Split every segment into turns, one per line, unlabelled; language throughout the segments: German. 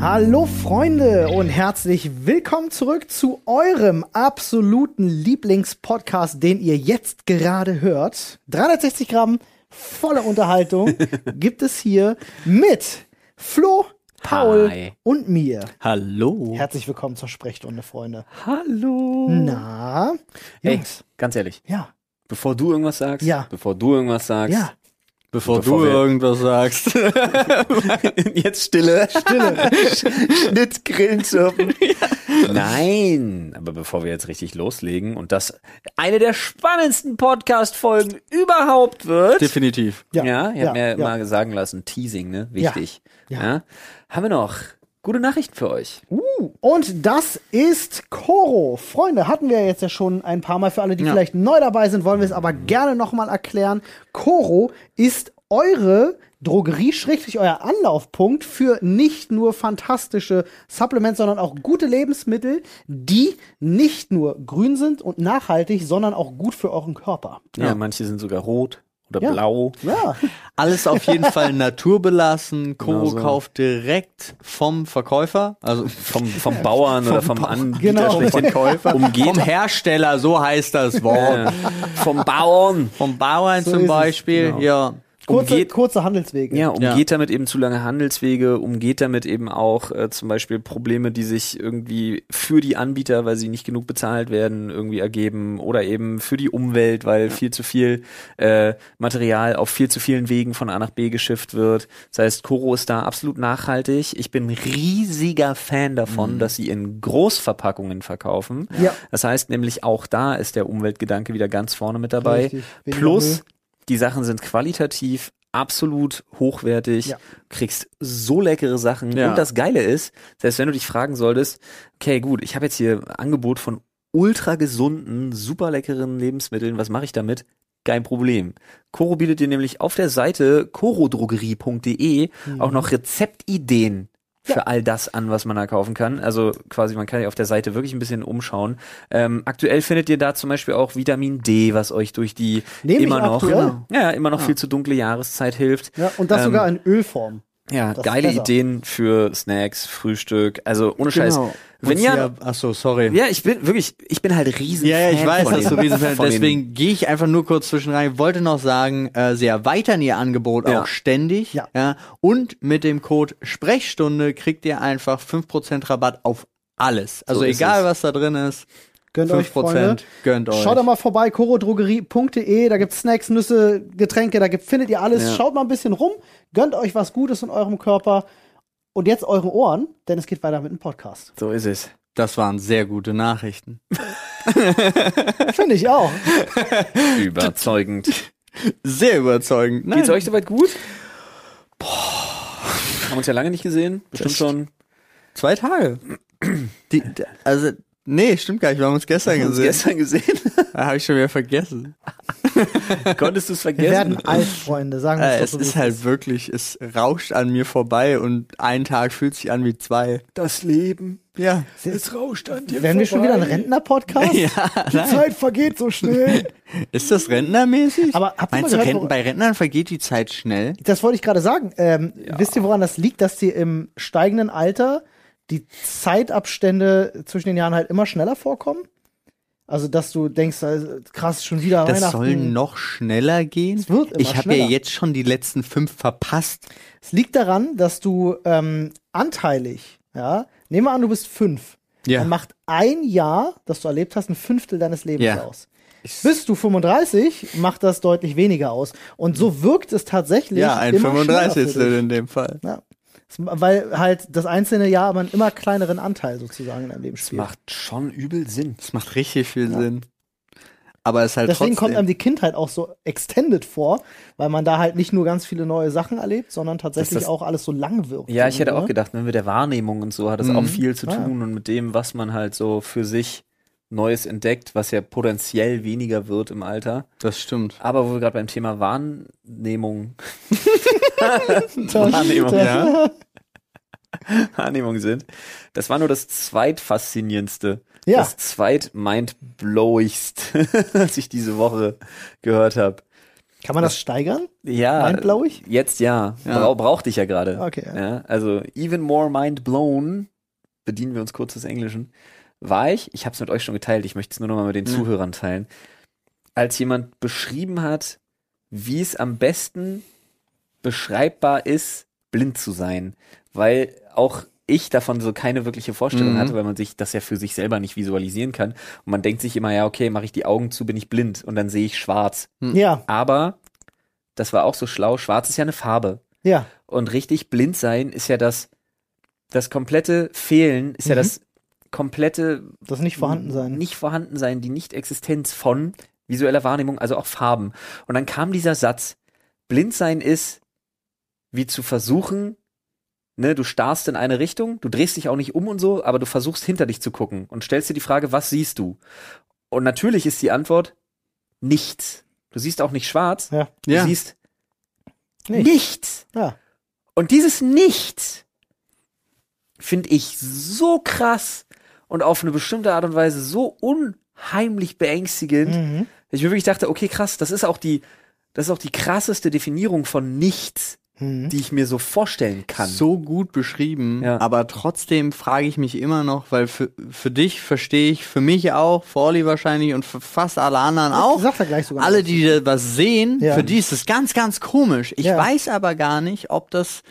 Hallo Freunde und herzlich willkommen zurück zu eurem absoluten Lieblingspodcast, den ihr jetzt gerade hört. 360 Gramm voller Unterhaltung gibt es hier mit Flo, Paul
Hi.
und mir.
Hallo.
Herzlich willkommen zur Sprechstunde, Freunde.
Hallo.
Na,
Hm. Hey,
Jungs,
ganz ehrlich,
ja,
bevor du irgendwas sagst,
Ja.
bevor du irgendwas sagst,
ja,
bevor,
Bevor
du
wir-
irgendwas sagst, jetzt Stille,
Stille.
Schnitt, Grillen, Surfen. Nein, aber bevor wir jetzt richtig loslegen und das eine der spannendsten Podcast-Folgen überhaupt wird,
Definitiv.
ja,
ja,
ja, ich hab mir
ja.
mal sagen lassen, Teasing, ne, wichtig,
Ja.
Ja. haben wir noch gute Nachrichten für euch.
Uh, und das ist Koro. Freunde, hatten wir jetzt ja schon ein paar Mal. Für alle, die vielleicht neu dabei sind, wollen wir es aber gerne nochmal erklären. Koro ist eure Drogerie, schrägstrich euer Anlaufpunkt für nicht nur fantastische Supplements, sondern auch gute Lebensmittel, die nicht nur grün sind und nachhaltig, sondern auch gut für euren Körper.
Ja, manche sind sogar rot oder
Ja.
blau.
Ja,
Alles auf jeden Fall naturbelassen. Koro
Genau so.
kauft direkt vom Verkäufer, also
Vom, vom Bauern oder vom Anbieter,
Genau.
schlecht den Käufer. Umgeht
vom Hersteller, so heißt das Wort.
vom Bauern.
Vom Bauern
ist
zum
es,
Beispiel,
genau.
ja.
kurze,
Umgeht-
kurze Handelswege.
Ja, umgeht damit eben zu lange Handelswege, umgeht damit eben auch äh, zum Beispiel Probleme, die sich irgendwie für die Anbieter, weil sie nicht genug bezahlt werden, irgendwie ergeben oder eben für die Umwelt, weil viel zu viel äh, Material auf viel zu vielen Wegen von A nach B geschifft wird. Das heißt, Koro ist da absolut nachhaltig. Ich bin riesiger Fan davon, dass sie in Großverpackungen verkaufen.
Ja.
Das heißt nämlich auch da ist der Umweltgedanke wieder ganz vorne mit dabei.
Richtig. Weniger Müll.
Plus die Sachen sind qualitativ absolut hochwertig,
Ja.
kriegst so leckere Sachen.
Ja.
Und das Geile ist, selbst wenn du dich fragen solltest, okay, gut, ich habe jetzt hier ein Angebot von ultra gesunden, super leckeren Lebensmitteln, was mache ich damit? Kein Problem. Koro bietet dir nämlich auf der Seite korodrogerie.de
Mhm.
auch noch Rezeptideen für all das an, was man da kaufen kann. Also quasi, man kann ja auf der Seite wirklich ein bisschen umschauen. Ähm, aktuell findet ihr da zum Beispiel auch Vitamin D, was euch durch die
Nämlich
immer noch
aktuell.
ja, immer noch viel zu dunkle Jahreszeit hilft.
Ja, und das
Ähm,
sogar in Ölform.
Ja,
Das ist
geile
besser.
Ideen für Snacks, Frühstück, also ohne Scheiß. Wenn
Genau. Und
ja,
hier- ach so, sorry.
ja, ich bin wirklich, ich bin halt riesen
Ja, ja, ich
Fan
weiß,
von
dass du
denen.
Riesenfan
Von
bist.
denen.
Deswegen gehe ich einfach nur kurz zwischen rein. Wollte noch sagen, äh, sie erweitern ihr Angebot
Ja.
auch ständig.
Ja.
Und mit dem Code Sprechstunde kriegt ihr einfach 5% Rabatt auf alles. Also
So ist
egal,
es.
was da drin ist.
Gönnt euch,
5%
Freunde.
gönnt euch.
Schaut doch mal vorbei, korodrogerie.de, da gibt's Snacks, Nüsse, Getränke, da gibt, findet ihr alles. Schaut mal ein bisschen rum, gönnt euch was Gutes in eurem Körper und jetzt euren Ohren, denn es geht weiter mit dem Podcast.
So ist es.
Das waren sehr gute Nachrichten.
Finde ich auch.
Überzeugend.
Sehr überzeugend. Nein.
Geht's euch soweit gut? Haben uns ja lange nicht gesehen. Bestimmt
Das-
schon.
Zwei Tage. Die, d- also, nee, stimmt gar nicht. Wir haben uns gestern
Haben uns
gesehen.
gestern gesehen.
Da habe ich schon wieder vergessen.
Konntest du es
Wir
vergessen?
werden alt, Freunde, sagen wir
Äh,
es
es
doch so.
ist
wie-
halt wirklich, es rauscht an mir vorbei und ein Tag fühlt sich an wie zwei.
Das Leben.
Ja.
Es rauscht an
halt
dir
Werden wir schon wieder ein Rentner-Podcast? Die Zeit vergeht so schnell.
Ist das rentnermäßig?
Aber habt ihr mal
Meinst du,
gehört,
Renten,
wo-
bei Rentnern vergeht die Zeit schnell?
Das wollte ich gerade sagen. Ähm, Wisst ihr, woran das liegt, dass die im steigenden Alter die Zeitabstände zwischen den Jahren halt immer schneller vorkommen? Also, dass du denkst, äh, krass, schon wieder
Das
Weihnachten.
soll noch schneller gehen?
Es wird immer
ich habe ja
schneller.
jetzt schon die letzten fünf verpasst.
Es liegt daran, dass du ähm, anteilig, ja, nehmen wir an, du bist fünf.
Ja.
Dann macht ein Jahr, das du erlebt hast, ein Fünftel deines Lebens
Ja.
aus. Bist du 35, macht das deutlich weniger aus. Und so wirkt es tatsächlich.
Ja, ein
immer schneller für
35.
dich.
in dem Fall.
Ja. Es- Weil halt das einzelne Jahr aber einen immer kleineren Anteil sozusagen in deinem Leben spielt.
Macht schon übel Sinn.
Das macht richtig viel Sinn. Aber es ist halt
Deswegen kommt einem
trotzdem.
die Kindheit auch so extended vor, weil man da halt nicht nur ganz viele neue Sachen erlebt, sondern tatsächlich
das-
auch alles so lang wirkt.
Ja, ich hätte
irgendwie,
auch
ne?
gedacht, ne, mit der Wahrnehmung und so hat es auch viel zu
Ah, ja.
tun und mit dem, was man halt so für sich Neues entdeckt, was ja potenziell weniger wird im Alter.
das stimmt.
Aber wo wir gerade beim Thema Wahrnehmung,
Das-
Wahrnehmung,
das-
Ja.
Wahrnehmung sind, das war nur das zweitfaszinierendste,
Ja.
das zweitmindblowigste, was ich diese Woche gehört habe.
Kann man das steigern?
Ja.
Mindblowig?
Jetzt ja.
Ja.
Brau brauchte ich ja gerade.
Okay, ja.
Ja. also even more mind blown, bedienen wir uns kurz des Englischen, war ich, ich habe es mit euch schon geteilt, ich möchte es nur nochmal mit den
Mhm.
Zuhörern teilen, als jemand beschrieben hat, wie es am besten beschreibbar ist, blind zu sein, weil auch ich davon so keine wirkliche Vorstellung
Mhm.
hatte, weil man sich das ja für sich selber nicht visualisieren kann. Und man denkt sich immer, ja, okay, mache ich die Augen zu, bin ich blind und dann sehe ich schwarz.
Ja,
Aber das war auch so schlau. Schwarz ist ja eine Farbe.
ja.
Und richtig blind sein ist ja das, das komplette Fehlen, ist ja
Mhm.
das komplette
Das nicht vorhanden sein.
nicht vorhanden sein, die Nicht-Existenz von visueller Wahrnehmung, also auch Farben. Und dann kam dieser Satz, blind sein ist, wie zu versuchen, ne, du starrst in eine Richtung, du drehst dich auch nicht um und so, aber du versuchst hinter dich zu gucken und stellst dir die Frage, was siehst du? Und natürlich ist die Antwort nichts. Du siehst auch nicht schwarz,
Ja.
du
Ja.
siehst
Nichts.
nichts.
ja.
Und dieses Nichts finde ich so krass und auf eine bestimmte Art und Weise so unheimlich beängstigend,
Mhm.
dass ich mir wirklich dachte, okay, krass, das ist auch die, das ist auch die krasseste Definierung von nichts,
Mhm.
die ich mir so vorstellen kann.
So gut beschrieben,
Ja.
aber trotzdem frage ich mich immer noch, weil für, für dich verstehe ich, für mich auch, für Olli wahrscheinlich und für fast alle anderen
Das
auch.
sagt er gleich sogar.
Alle, die da was sehen,
Ja.
für die ist es ganz, ganz komisch. Ich
Ja.
weiß aber gar nicht, ob das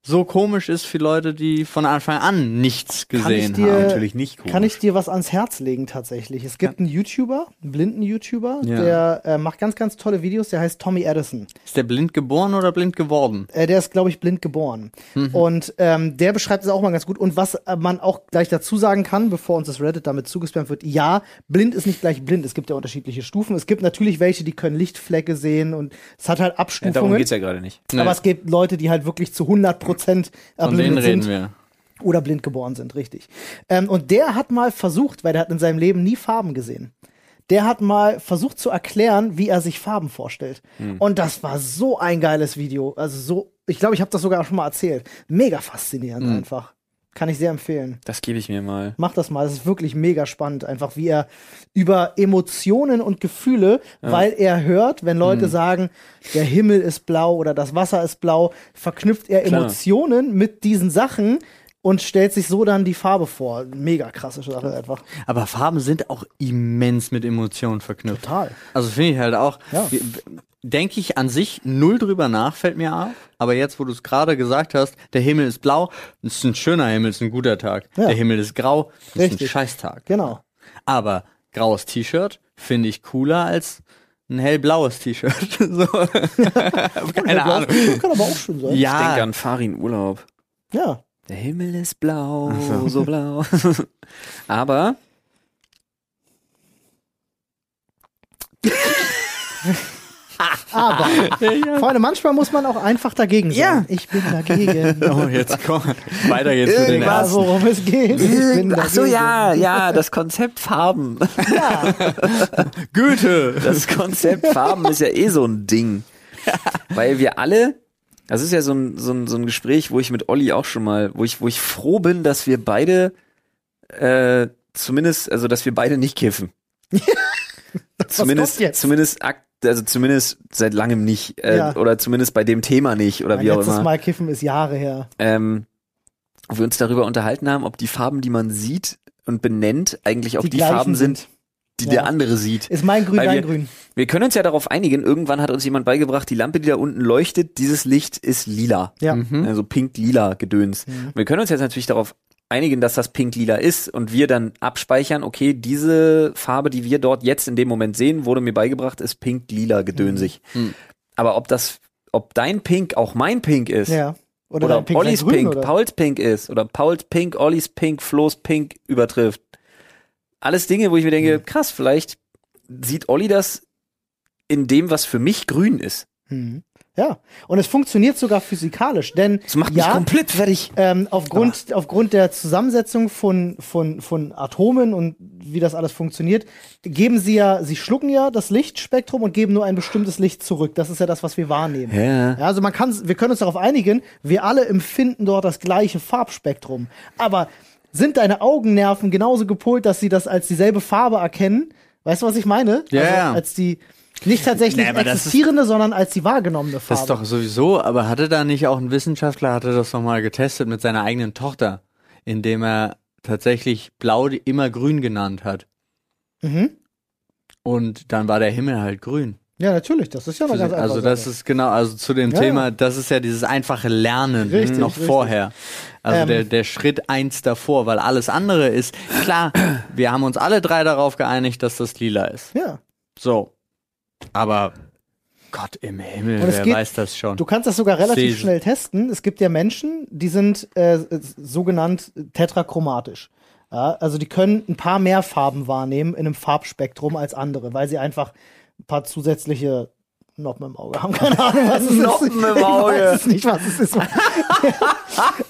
so komisch ist für Leute, die von Anfang an nichts
ich
gesehen
dir-
haben.
Natürlich nicht komisch.
äh, Kann ich dir was ans Herz legen tatsächlich? Es gibt einen YouTuber, einen blinden YouTuber,
Ja.
der äh, macht ganz, ganz tolle Videos, der heißt Tommy Addison.
Ist der blind geboren oder blind geworden?
Äh, der ist, glaube ich, blind geboren. Und ähm, der beschreibt es auch mal ganz gut. Und was äh, man auch gleich dazu sagen kann, bevor uns das Reddit damit zugespammt wird, ja, blind ist nicht gleich blind. Es gibt ja unterschiedliche Stufen. Es gibt natürlich welche, die können Lichtflecke sehen und es hat halt
ja, darum
Abstufungen.
geht's ja gerade nicht.
Nee.
Aber es gibt Leute, die halt wirklich zu 100 Prozent
Von denen reden
sind
wir.
oder blind geboren sind, richtig. Ähm, und der hat mal versucht, weil der hat in seinem Leben nie Farben gesehen. Der hat mal versucht zu erklären, wie er sich Farben vorstellt. Und das war so ein geiles Video. Also so, ich glaube, ich habe das sogar schon mal erzählt. Mega faszinierend einfach. Kann ich sehr empfehlen.
Das gebe ich mir mal.
Mach das mal. Das ist wirklich mega spannend, einfach wie er über Emotionen und Gefühle, weil er hört, wenn Leute
Mhm.
sagen, der Himmel ist blau oder das Wasser ist blau, verknüpft er
Klar.
Emotionen mit diesen Sachen und stellt sich so dann die Farbe vor. Mega krasse Sache einfach.
Aber Farben sind auch immens mit Emotionen verknüpft.
Total.
Also finde ich halt auch,
Ja.
denke ich an sich null drüber nach, fällt mir auf. Aber jetzt, wo du es gerade gesagt hast, der Himmel ist blau, ist ein schöner Himmel, ist ein guter Tag.
Ja.
Der Himmel ist grau, ist ein
Richtig.
Scheißtag.
Genau.
Aber graues T-Shirt finde ich cooler als ein hellblaues T-Shirt. so. Keine
Ja,
Ahnung.
das Kann aber auch schön sein.
Ich denke
Ja,
an Farin Urlaub.
Ja.
Der Himmel ist blau, so blau. Aber
Aber, Freunde, manchmal muss man auch einfach dagegen sein.
Ja.
Ich bin dagegen.
oh, jetzt komm, weiter geht's mit den
Egal,
ersten.
worum es geht. Ich bin
Ach so,
dagegen.
ja, ja, das Konzept Farben.
Goethe!
Das Konzept Farben ist ja eh so ein Ding. Weil wir alle, das ist ja so ein, so ein, so ein Gespräch, wo ich mit Olli auch schon mal, wo ich, wo ich froh bin, dass wir beide, äh, zumindest, also dass wir beide nicht kiffen. zumindest,
kommt jetzt?
zumindest, ak- also zumindest seit langem nicht. Äh,
Ja.
Oder zumindest bei dem Thema nicht oder
Mein
wie auch
letztes
immer.
Mal kiffen ist Jahre her.
Ähm, wo wir uns darüber unterhalten haben, ob die Farben, die man sieht und benennt, eigentlich auch die,
Die gleichen
Farben sind, die
Ja.
der andere sieht.
Ist mein Grün,
Weil
dein
wir-
Grün.
Wir können uns ja darauf einigen, irgendwann hat uns jemand beigebracht, die Lampe, die da unten leuchtet, dieses Licht ist lila.
Ja.
Mhm.
Also pink-lila Gedöns.
Mhm.
Wir können uns jetzt natürlich darauf einigen, dass das pink-lila ist und wir dann abspeichern, okay, diese Farbe, die wir dort jetzt in dem Moment sehen, wurde mir beigebracht, ist pink-lila gedönsig.
Mhm.
Aber ob das, ob dein Pink auch mein Pink ist,
Ja. Oder,
oder
dein Pink,
Ollis
dein Grün,
Pink,
oder?
Pauls Pink ist oder Pauls Pink, Ollis Pink, Flo's Pink übertrifft. Alles Dinge, wo ich mir denke, krass, vielleicht sieht Olli das in dem, was für mich grün ist.
Mhm. Ja, und es funktioniert sogar physikalisch, denn
Das macht mich
ja,
komplett fertig.
ähm, aufgrund, aufgrund der Zusammensetzung von, von, von Atomen und wie das alles funktioniert, geben sie ja, sie schlucken ja das Lichtspektrum und geben nur ein bestimmtes Licht zurück. Das ist ja das, was wir wahrnehmen.
Ja.
Ja, also man kann, wir können uns darauf einigen, wir alle empfinden dort das gleiche Farbspektrum. Aber sind deine Augennerven genauso gepolt, dass sie das als dieselbe Farbe erkennen? Weißt du, was ich meine?
Ja,
also,
ja.
Als die, Nicht tatsächlich
Nee, aber das ist-
existierende, sondern als die wahrgenommene
Das
Farbe.
ist doch sowieso, aber hatte da nicht auch ein Wissenschaftler, hatte das doch mal getestet mit seiner eigenen Tochter, indem er tatsächlich blau die- immer grün genannt hat.
mhm.
Und dann war der Himmel halt grün.
Ja, natürlich, das ist ja eine ganz einfache
Also das
Sache.
ist genau, also zu dem
Ja,
Thema, das ist ja dieses einfache Lernen hm,
Richtig,
noch
richtig.
vorher. Also
Ähm.
der, der Schritt eins davor, weil alles andere ist, klar, wir haben uns alle drei darauf geeinigt, dass das lila ist.
Ja.
So. Aber Gott im Himmel,
Und es
wer
geht-
weiß das schon.
Du kannst das sogar relativ
Sehe-
schnell testen. Es gibt ja Menschen, die sind äh, sogenannt tetrachromatisch. Ja, also die können ein paar mehr Farben wahrnehmen in einem Farbspektrum als andere, weil sie einfach ein paar zusätzliche Noppen im Auge haben. Keine Ahnung, was es ist.
Noppen im Auge.
Ich weiß es nicht, was es ist.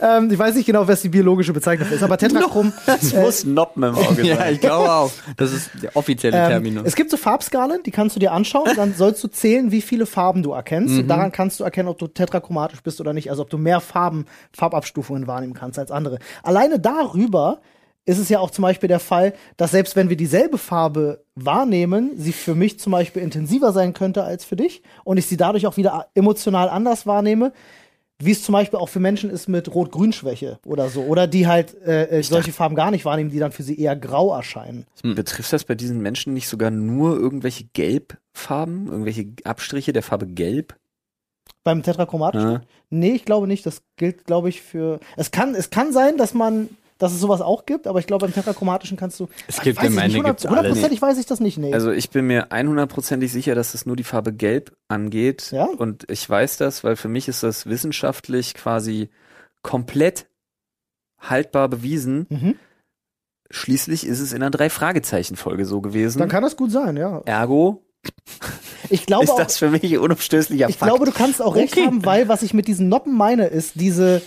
ähm, ich weiß nicht genau, was die biologische Bezeichnung ist, aber Tetrachrom.
Das muss Noppen im Auge sein. äh,
ja, ich glaube auch. Das ist der offizielle
Ähm,
Terminus.
es gibt so Farbskalen, die kannst du dir anschauen, dann sollst du zählen, wie viele Farben du erkennst. Und daran kannst du erkennen, ob du tetrachromatisch bist oder nicht, also ob du mehr Farben, Farbabstufungen wahrnehmen kannst als andere. Alleine darüber ist es ja auch zum Beispiel der Fall, dass selbst wenn wir dieselbe Farbe wahrnehmen, sie für mich zum Beispiel intensiver sein könnte als für dich und ich sie dadurch auch wieder emotional anders wahrnehme, wie es zum Beispiel auch für Menschen ist mit Rot-Grün-Schwäche oder so, oder die halt äh, äh, solche Farben gar nicht wahrnehmen, die dann für sie eher grau erscheinen.
Hm. Betrifft das bei diesen Menschen nicht sogar nur irgendwelche Gelbfarben, irgendwelche Abstriche der Farbe Gelb?
Beim tetrachromatischen?
Ja.
Nee, ich glaube nicht. Das gilt, glaube ich, für. Es kann, es kann sein, dass man, dass es sowas auch gibt, aber ich glaube, beim tetrachromatischen kannst du.
Es gibt
Weiß ich
im
nicht,
Ende
hundert-
gibt's alles.
Hundertprozentig weiß ich das nicht. Nee.
Also ich bin mir 100%ig sicher, dass es nur die Farbe Gelb angeht.
Ja.
Und ich weiß das, weil für mich ist das wissenschaftlich quasi komplett haltbar bewiesen.
mhm.
Schließlich ist es in einer Drei-Fragezeichen-Folge so gewesen.
Dann kann das gut sein, ja.
Ergo
Ich glaube
ist
auch.
das für mich ein unumstößlicher
Ich
Fakt.
glaube, du kannst auch recht
Okay.
haben, weil was ich mit diesen Noppen meine, ist diese.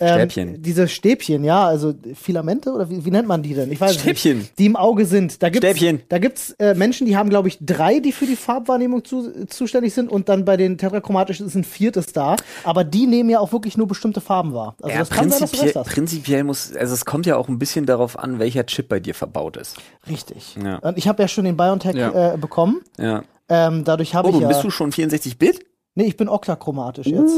Ähm,
Stäbchen.
Diese Stäbchen, ja, also Filamente oder wie, wie nennt man die denn? Ich weiß es
Stäbchen.
Nicht, die im Auge sind. Da gibt's,
Stäbchen.
Da gibt's äh, Menschen, die haben, glaube ich, drei, die für die Farbwahrnehmung zu, äh, zuständig sind und dann bei den tetrachromatischen ist ein viertes da. Aber die nehmen ja auch wirklich nur bestimmte Farben wahr. Also
ja,
das kann sein, dass du
prinzipiell,
recht hast.
prinzipiell muss, also es kommt ja auch ein bisschen darauf an, welcher Chip bei dir verbaut ist.
Richtig.
Ja.
Und ich habe ja schon den BioNTech
Ja.
äh, bekommen.
Ja.
Ähm, dadurch habe
Oh,
ich ja.
bist du Mm. schon 64-Bit?
nee, ich bin oktachromatisch jetzt.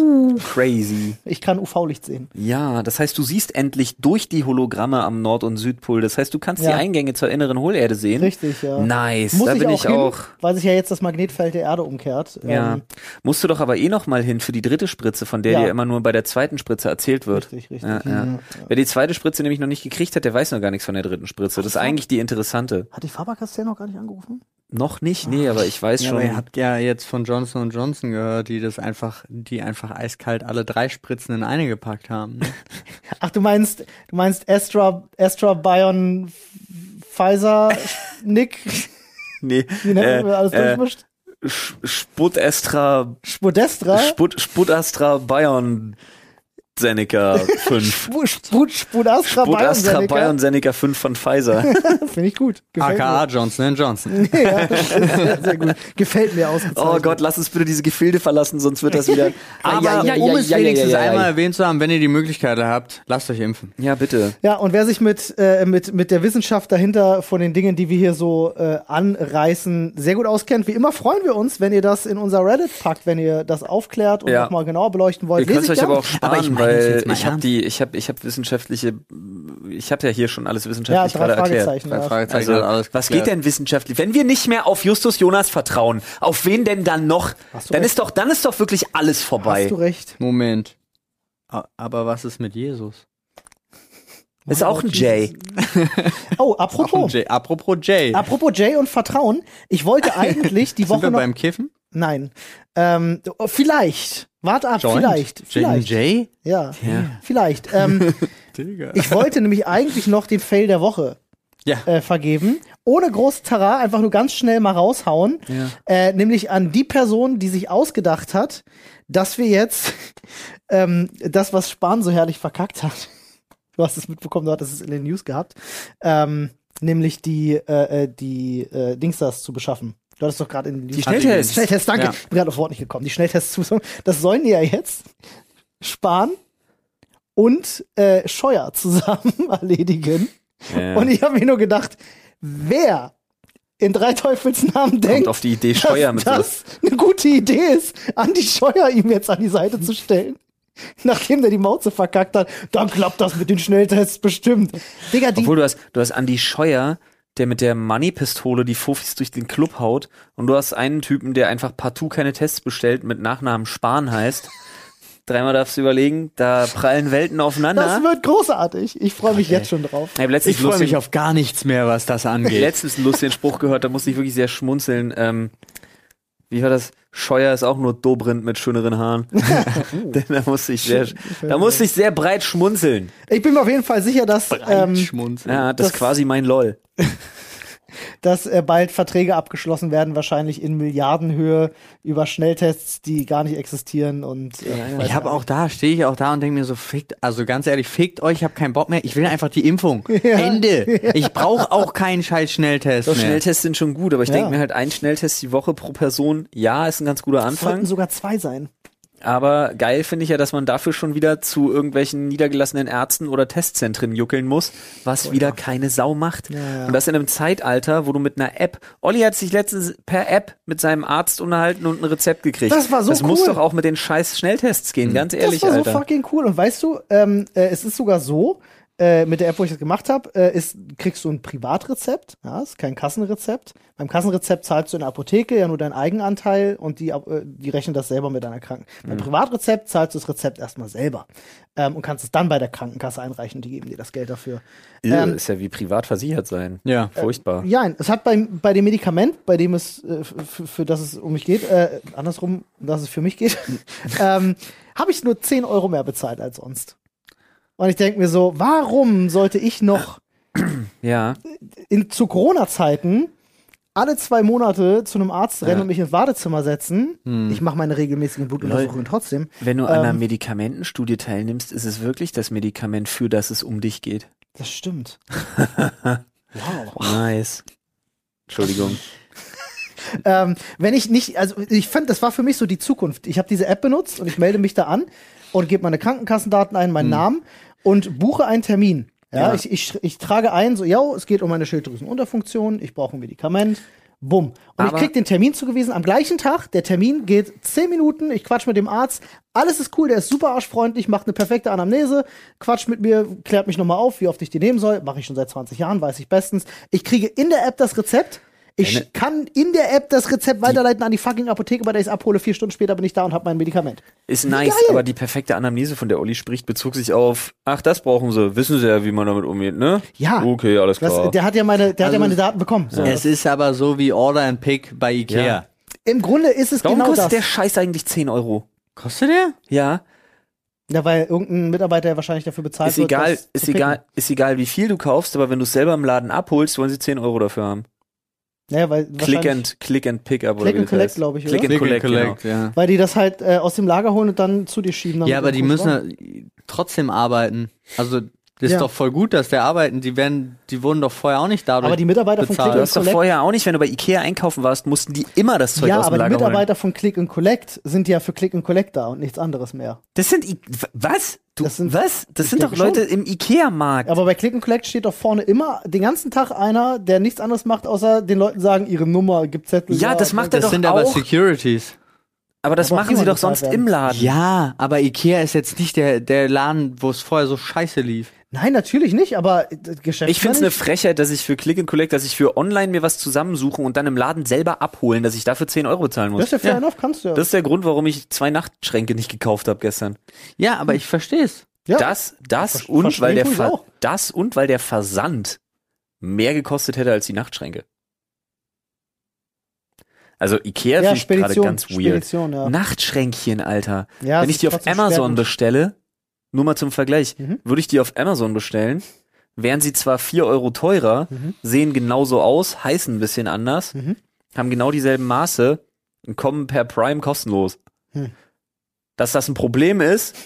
Crazy.
Ich kann UV-Licht sehen.
Ja, das heißt, du siehst endlich durch die Hologramme am Nord- und Südpol. Das heißt, du kannst
Ja.
die Eingänge zur inneren Hohlerde sehen.
Richtig, ja.
Nice,
Muss
da
ich
bin
auch
ich
hin,
auch.
weil sich ja jetzt das Magnetfeld der Erde umkehrt.
Ja.
Ähm,
Musst du doch aber eh noch mal hin für die dritte Spritze, von der
Ja.
dir immer nur bei der zweiten Spritze erzählt wird.
Richtig, richtig.
Ja, ja.
Ja.
Wer die zweite Spritze nämlich noch nicht gekriegt hat, der weiß noch gar nichts von der dritten Spritze. Das ist eigentlich die interessante.
Hat die Faber-Castell noch gar nicht angerufen?
Noch nicht, nee, aber ich weiß
Ja,
schon.
aber ihr habt ja jetzt von Johnson Johnson gehört, die das einfach, die einfach eiskalt alle drei Spritzen in eine gepackt haben. ne?
Ach, du meinst, du meinst Astra, Astra Bion Pfizer Nick,
nee,
wie nennt man alles
äh, äh,
durchmischt?
Sputastra,
Spodestra?
Sput, Sputastra Bayern Seneca 5.
Spud, Spud, Spudastra Bion
Sputastra Bayern
Seneca?
Seneca 5 von Pfizer.
Finde ich gut. Gefällt
AKA Johnson Johnson.
mir. Ja, das ist sehr, sehr gut. Gefällt mir ausgezeichnet.
Oh Gott, lass uns bitte diese Gefilde verlassen, sonst wird das wieder. Ah,
Ah,
Aber um es wenigstens einmal erwähnt zu haben, wenn ihr die Möglichkeit habt, lasst euch impfen.
Ja, bitte.
Ja, und wer sich mit, äh, mit, mit der Wissenschaft dahinter von den Dingen, die wir hier so äh, anreißen, sehr gut auskennt, wie immer freuen wir uns, wenn ihr das in unser Reddit packt, wenn ihr das aufklärt und
Ja.
nochmal genauer beleuchten wollt.
Ihr könnt
Lese
euch
ich
aber
gern.
auch sparen,
Aber ich meine es
weil
jetzt mal
ich habe
ernst.
die, ich habe, ich habe wissenschaftliche, ich habe ja hier schon alles
ja,
wissenschaftlich
drei
gerade erklärt.
Fragezeichen.
Drei
ja.
Fragezeichen
Also,
hat alles
was
geklärt.
geht denn wissenschaftlich? Wenn wir nicht mehr auf Justus Jonas vertrauen, auf wen denn dann noch?
Hast du
Dann
recht.
ist doch, dann ist doch wirklich alles
Hast
vorbei.
du recht.
Moment. A- Aber was ist mit Jesus?
Ist auch ein Jay.
Oh,
Auch ein
apropos.
Jay. Apropos Jay.
Apropos Jay und Vertrauen. Ich wollte eigentlich die
Sind
Woche
wir
noch.
beim Kiffen?
Nein. Ähm, oh, vielleicht. Warte ab,
Joint?
vielleicht. Vielleicht.
Jay?
Ja.
Ja.
Vielleicht. Ähm,
Digga.
ich wollte nämlich eigentlich noch den Fail der Woche
Ja.
äh, vergeben. Ohne groß Tara, einfach nur ganz schnell mal raushauen. Äh, nämlich an die Person, die sich ausgedacht hat, dass wir jetzt ähm, das, was Spahn so herrlich verkackt hat. Du hast es mitbekommen, du hattest es in den News gehabt. Ähm, nämlich die, äh, äh, die äh, Dingsdas zu beschaffen. Du hattest doch gerade in den News.
Die Schnelltests.
Schnelltests, danke.
Ja.
Ich bin gerade auf Wort nicht gekommen. Die Schnelltests zu. Das sollen die ja jetzt Spahn und äh, Scheuer zusammen erledigen.
Ja.
Und ich habe mir nur gedacht, wer in drei Teufelsnamen denkt,
auf die Idee,
dass
Scheuer mit
das eine gute Idee ist, Andi Scheuer ihm jetzt an die Seite zu stellen. Nachdem der die Mauze verkackt hat, dann klappt das mit den Schnelltests bestimmt. Digga, die,
Obwohl du hast, du hast Andy Scheuer, der mit der Money-Pistole die Fofis durch den Club haut und du hast einen Typen, der einfach partout keine Tests bestellt, mit Nachnamen Spahn heißt. Dreimal darfst du überlegen, da prallen Welten
das
aufeinander.
wird großartig. Ich freue mich jetzt schon drauf.
Ich habe letztens,
Ich freue
lustigen-
mich auf gar nichts mehr, was das angeht.
letztens einen lustigen Spruch gehört, da musste ich wirklich sehr schmunzeln. Ähm, wie war das? Scheuer ist auch nur Dobrindt mit schöneren Haaren. Denn da musste ich sehr, da musste ich sehr breit schmunzeln.
Ich bin mir auf jeden Fall sicher, dass, ähm,
Schmunzeln.
Ja, das, ist
Das-
quasi mein LOL.
dass äh, bald Verträge abgeschlossen werden, wahrscheinlich in Milliardenhöhe über Schnelltests, die gar nicht existieren. Und äh,
Ich habe auch da, stehe ich auch da und denke mir so, fickt, also ganz ehrlich, fickt euch, ich habe keinen Bock mehr, ich will einfach die Impfung. Ende. Ich brauche auch keinen scheiß Schnelltest
Doch,
mehr.
Schnelltests sind schon gut, aber ich
Ja.
denke mir halt, ein Schnelltest die Woche pro Person, ja, ist ein ganz guter
es sollten
Anfang.
sogar zwei sein.
Aber geil finde ich ja, dass man dafür schon wieder zu irgendwelchen niedergelassenen Ärzten oder Testzentren juckeln muss, was wieder keine Sau macht.
Oh, ja.
Und das in einem Zeitalter, wo du mit einer App. Olli hat sich letztens per App mit seinem Arzt unterhalten und ein Rezept gekriegt.
Das war so
Das muss
cool. Mhm.
doch auch mit den scheiß Schnelltests gehen, ganz ehrlich,
das war
Alter.
so fucking cool. Und weißt du, ähm, äh, es ist sogar so, äh, mit der App, wo ich das gemacht habe, äh, ist, kriegst du ein Privatrezept, ja, ist kein Kassenrezept. Beim Kassenrezept zahlst du in der Apotheke ja nur deinen Eigenanteil und die, äh, die rechnen das selber mit deiner Kranken.
Mhm.
Beim Privatrezept zahlst du das Rezept erstmal selber ähm, und kannst es dann bei der Krankenkasse einreichen, die geben dir das Geld dafür.
Irre,
Ähm,
ist ja wie privat versichert sein.
Ja.
Furchtbar.
Ja, es hat bei, bei dem Medikament, bei dem es, äh, f- f- für das es um mich geht, äh, andersrum, dass es für mich geht, ähm, habe ich nur 10 Euro mehr bezahlt als sonst. Und ich denke mir so, warum sollte ich noch
Ja.
in, zu Corona-Zeiten alle zwei Monate zu einem Arzt rennen
Ja.
und mich ins Wartezimmer setzen? Ich mache meine regelmäßigen Blutuntersuchungen trotzdem.
Wenn du an
Ähm.
einer Medikamentenstudie teilnimmst, ist es wirklich das Medikament, für das es um dich geht.
Das stimmt. wow.
Nice. Entschuldigung.
ähm, wenn ich nicht, also ich fand, das war für mich so die Zukunft. Ich habe diese App benutzt und ich melde mich da an und gebe meine Krankenkassendaten ein, meinen Namen und buche einen Termin. Ja,
Mhm. Ja.
Ich, ich, ich trage ein, so, ja, es geht um meine Schilddrüsenunterfunktion, ich brauche ein Medikament. Bumm. Und
Aber-
ich krieg den Termin zugewiesen am gleichen Tag. Der Termin geht zehn Minuten. Ich quatsch mit dem Arzt. Alles ist cool. Der ist super arschfreundlich, macht eine perfekte Anamnese, quatscht mit mir, klärt mich nochmal auf, wie oft ich die nehmen soll. Mache ich schon seit 20 Jahren, weiß ich bestens. Ich kriege in der App das Rezept. Ich
Eine-
kann in der App das Rezept weiterleiten an die fucking Apotheke, bei der ich es abhole. Vier Stunden später bin ich da und habe mein Medikament.
Ist nice,
Geil.
aber die perfekte Anamnese, von der Olli spricht, bezog sich auf, ach, das brauchen sie. Wissen sie ja, wie man damit umgeht, ne?
Ja.
Okay, alles klar.
Das, der hat ja meine, der hat ja
Also-
meine Daten bekommen. So.
Es ist aber so wie Order and Pick bei Ikea.
Ja.
Im Grunde ist es
Warum
genau
kostet
das.
der Scheiß eigentlich 10 Euro?
Kostet der?
Ja,
ja, weil irgendein Mitarbeiter ja wahrscheinlich dafür bezahlt
ist
wird.
egal,
Also das zu
ist
picken.
egal, ist egal, wie viel du kaufst, aber wenn du es selber im Laden abholst, wollen sie 10 Euro dafür haben.
Naja, weil
Click
wahrscheinlich-
and, click and pick up
Click
oder wie
and
das
collect,
heißt.
glaub ich,
Click
oder?
and collect, genau.
ja.
Weil die das halt äh, aus dem Lager holen und dann zu dir schieben. damit
Ja, aber
du
die
kurz warten.
müssen ja trotzdem arbeiten. Also ist
Ja.
doch voll gut, dass der arbeiten. Die werden, die wurden doch vorher auch nicht
halt
dadurch.
Aber die Mitarbeiter von
bezahlt.
Du
Click and
hast doch
Collect.
vorher auch nicht, wenn du bei Ikea einkaufen warst, mussten die immer das Zeug
Ja,
aus dem
aber die
Lager holen.
Mitarbeiter von Click and Collect sind ja für Click and Collect da und nichts anderes mehr.
Das sind I was? Du,
Das sind-
was? Das sind doch
denke schon.
Leute im Ikea-Markt.
Aber bei Click and Collect steht doch vorne immer den ganzen Tag einer, der nichts anderes macht, außer den Leuten sagen, ihre Nummer, gib Zettel.
Ja, das macht er
das
doch
sind
auch.
aber Securities.
aber das
Aber
machen
kann
sie
man
doch sonst
bezahlt
im
werden.
Laden.
Ja, aber Ikea ist jetzt nicht der, der Laden, wo es vorher so scheiße lief.
Nein, natürlich nicht, aber äh, Geschäft.
Ich find's eine Frechheit, dass ich für Click and Collect, dass ich für online mir was zusammensuchen und dann im Laden selber abholen, dass ich dafür 10 Euro zahlen muss.
Das ist ja fair enough, kannst du ja.
Das ist der Grund, warum ich zwei Nachtschränke nicht gekauft habe gestern.
Ja, aber ich versteh's.
ja.
Das, das
Ver-
und weil der
verstehe ich
Ver
auch.
das und weil der Versand mehr gekostet hätte als die Nachtschränke. Also Ikea
ja,
finde ich gerade
Spedition.
ganz weird.
Spedition, ja.
Nachtschränkchen, Alter.
Ja,
Wenn
es
ich
ist
die auf
trotzdem
Amazon
schwer.
bestelle, nur mal zum Vergleich,
Mhm.
würde ich die auf Amazon bestellen, wären sie zwar 4 Euro teurer,
Mhm.
sehen genauso aus, heißen ein bisschen anders,
Mhm.
haben genau dieselben Maße und kommen per Prime kostenlos.
Hm.
Dass das ein Problem ist,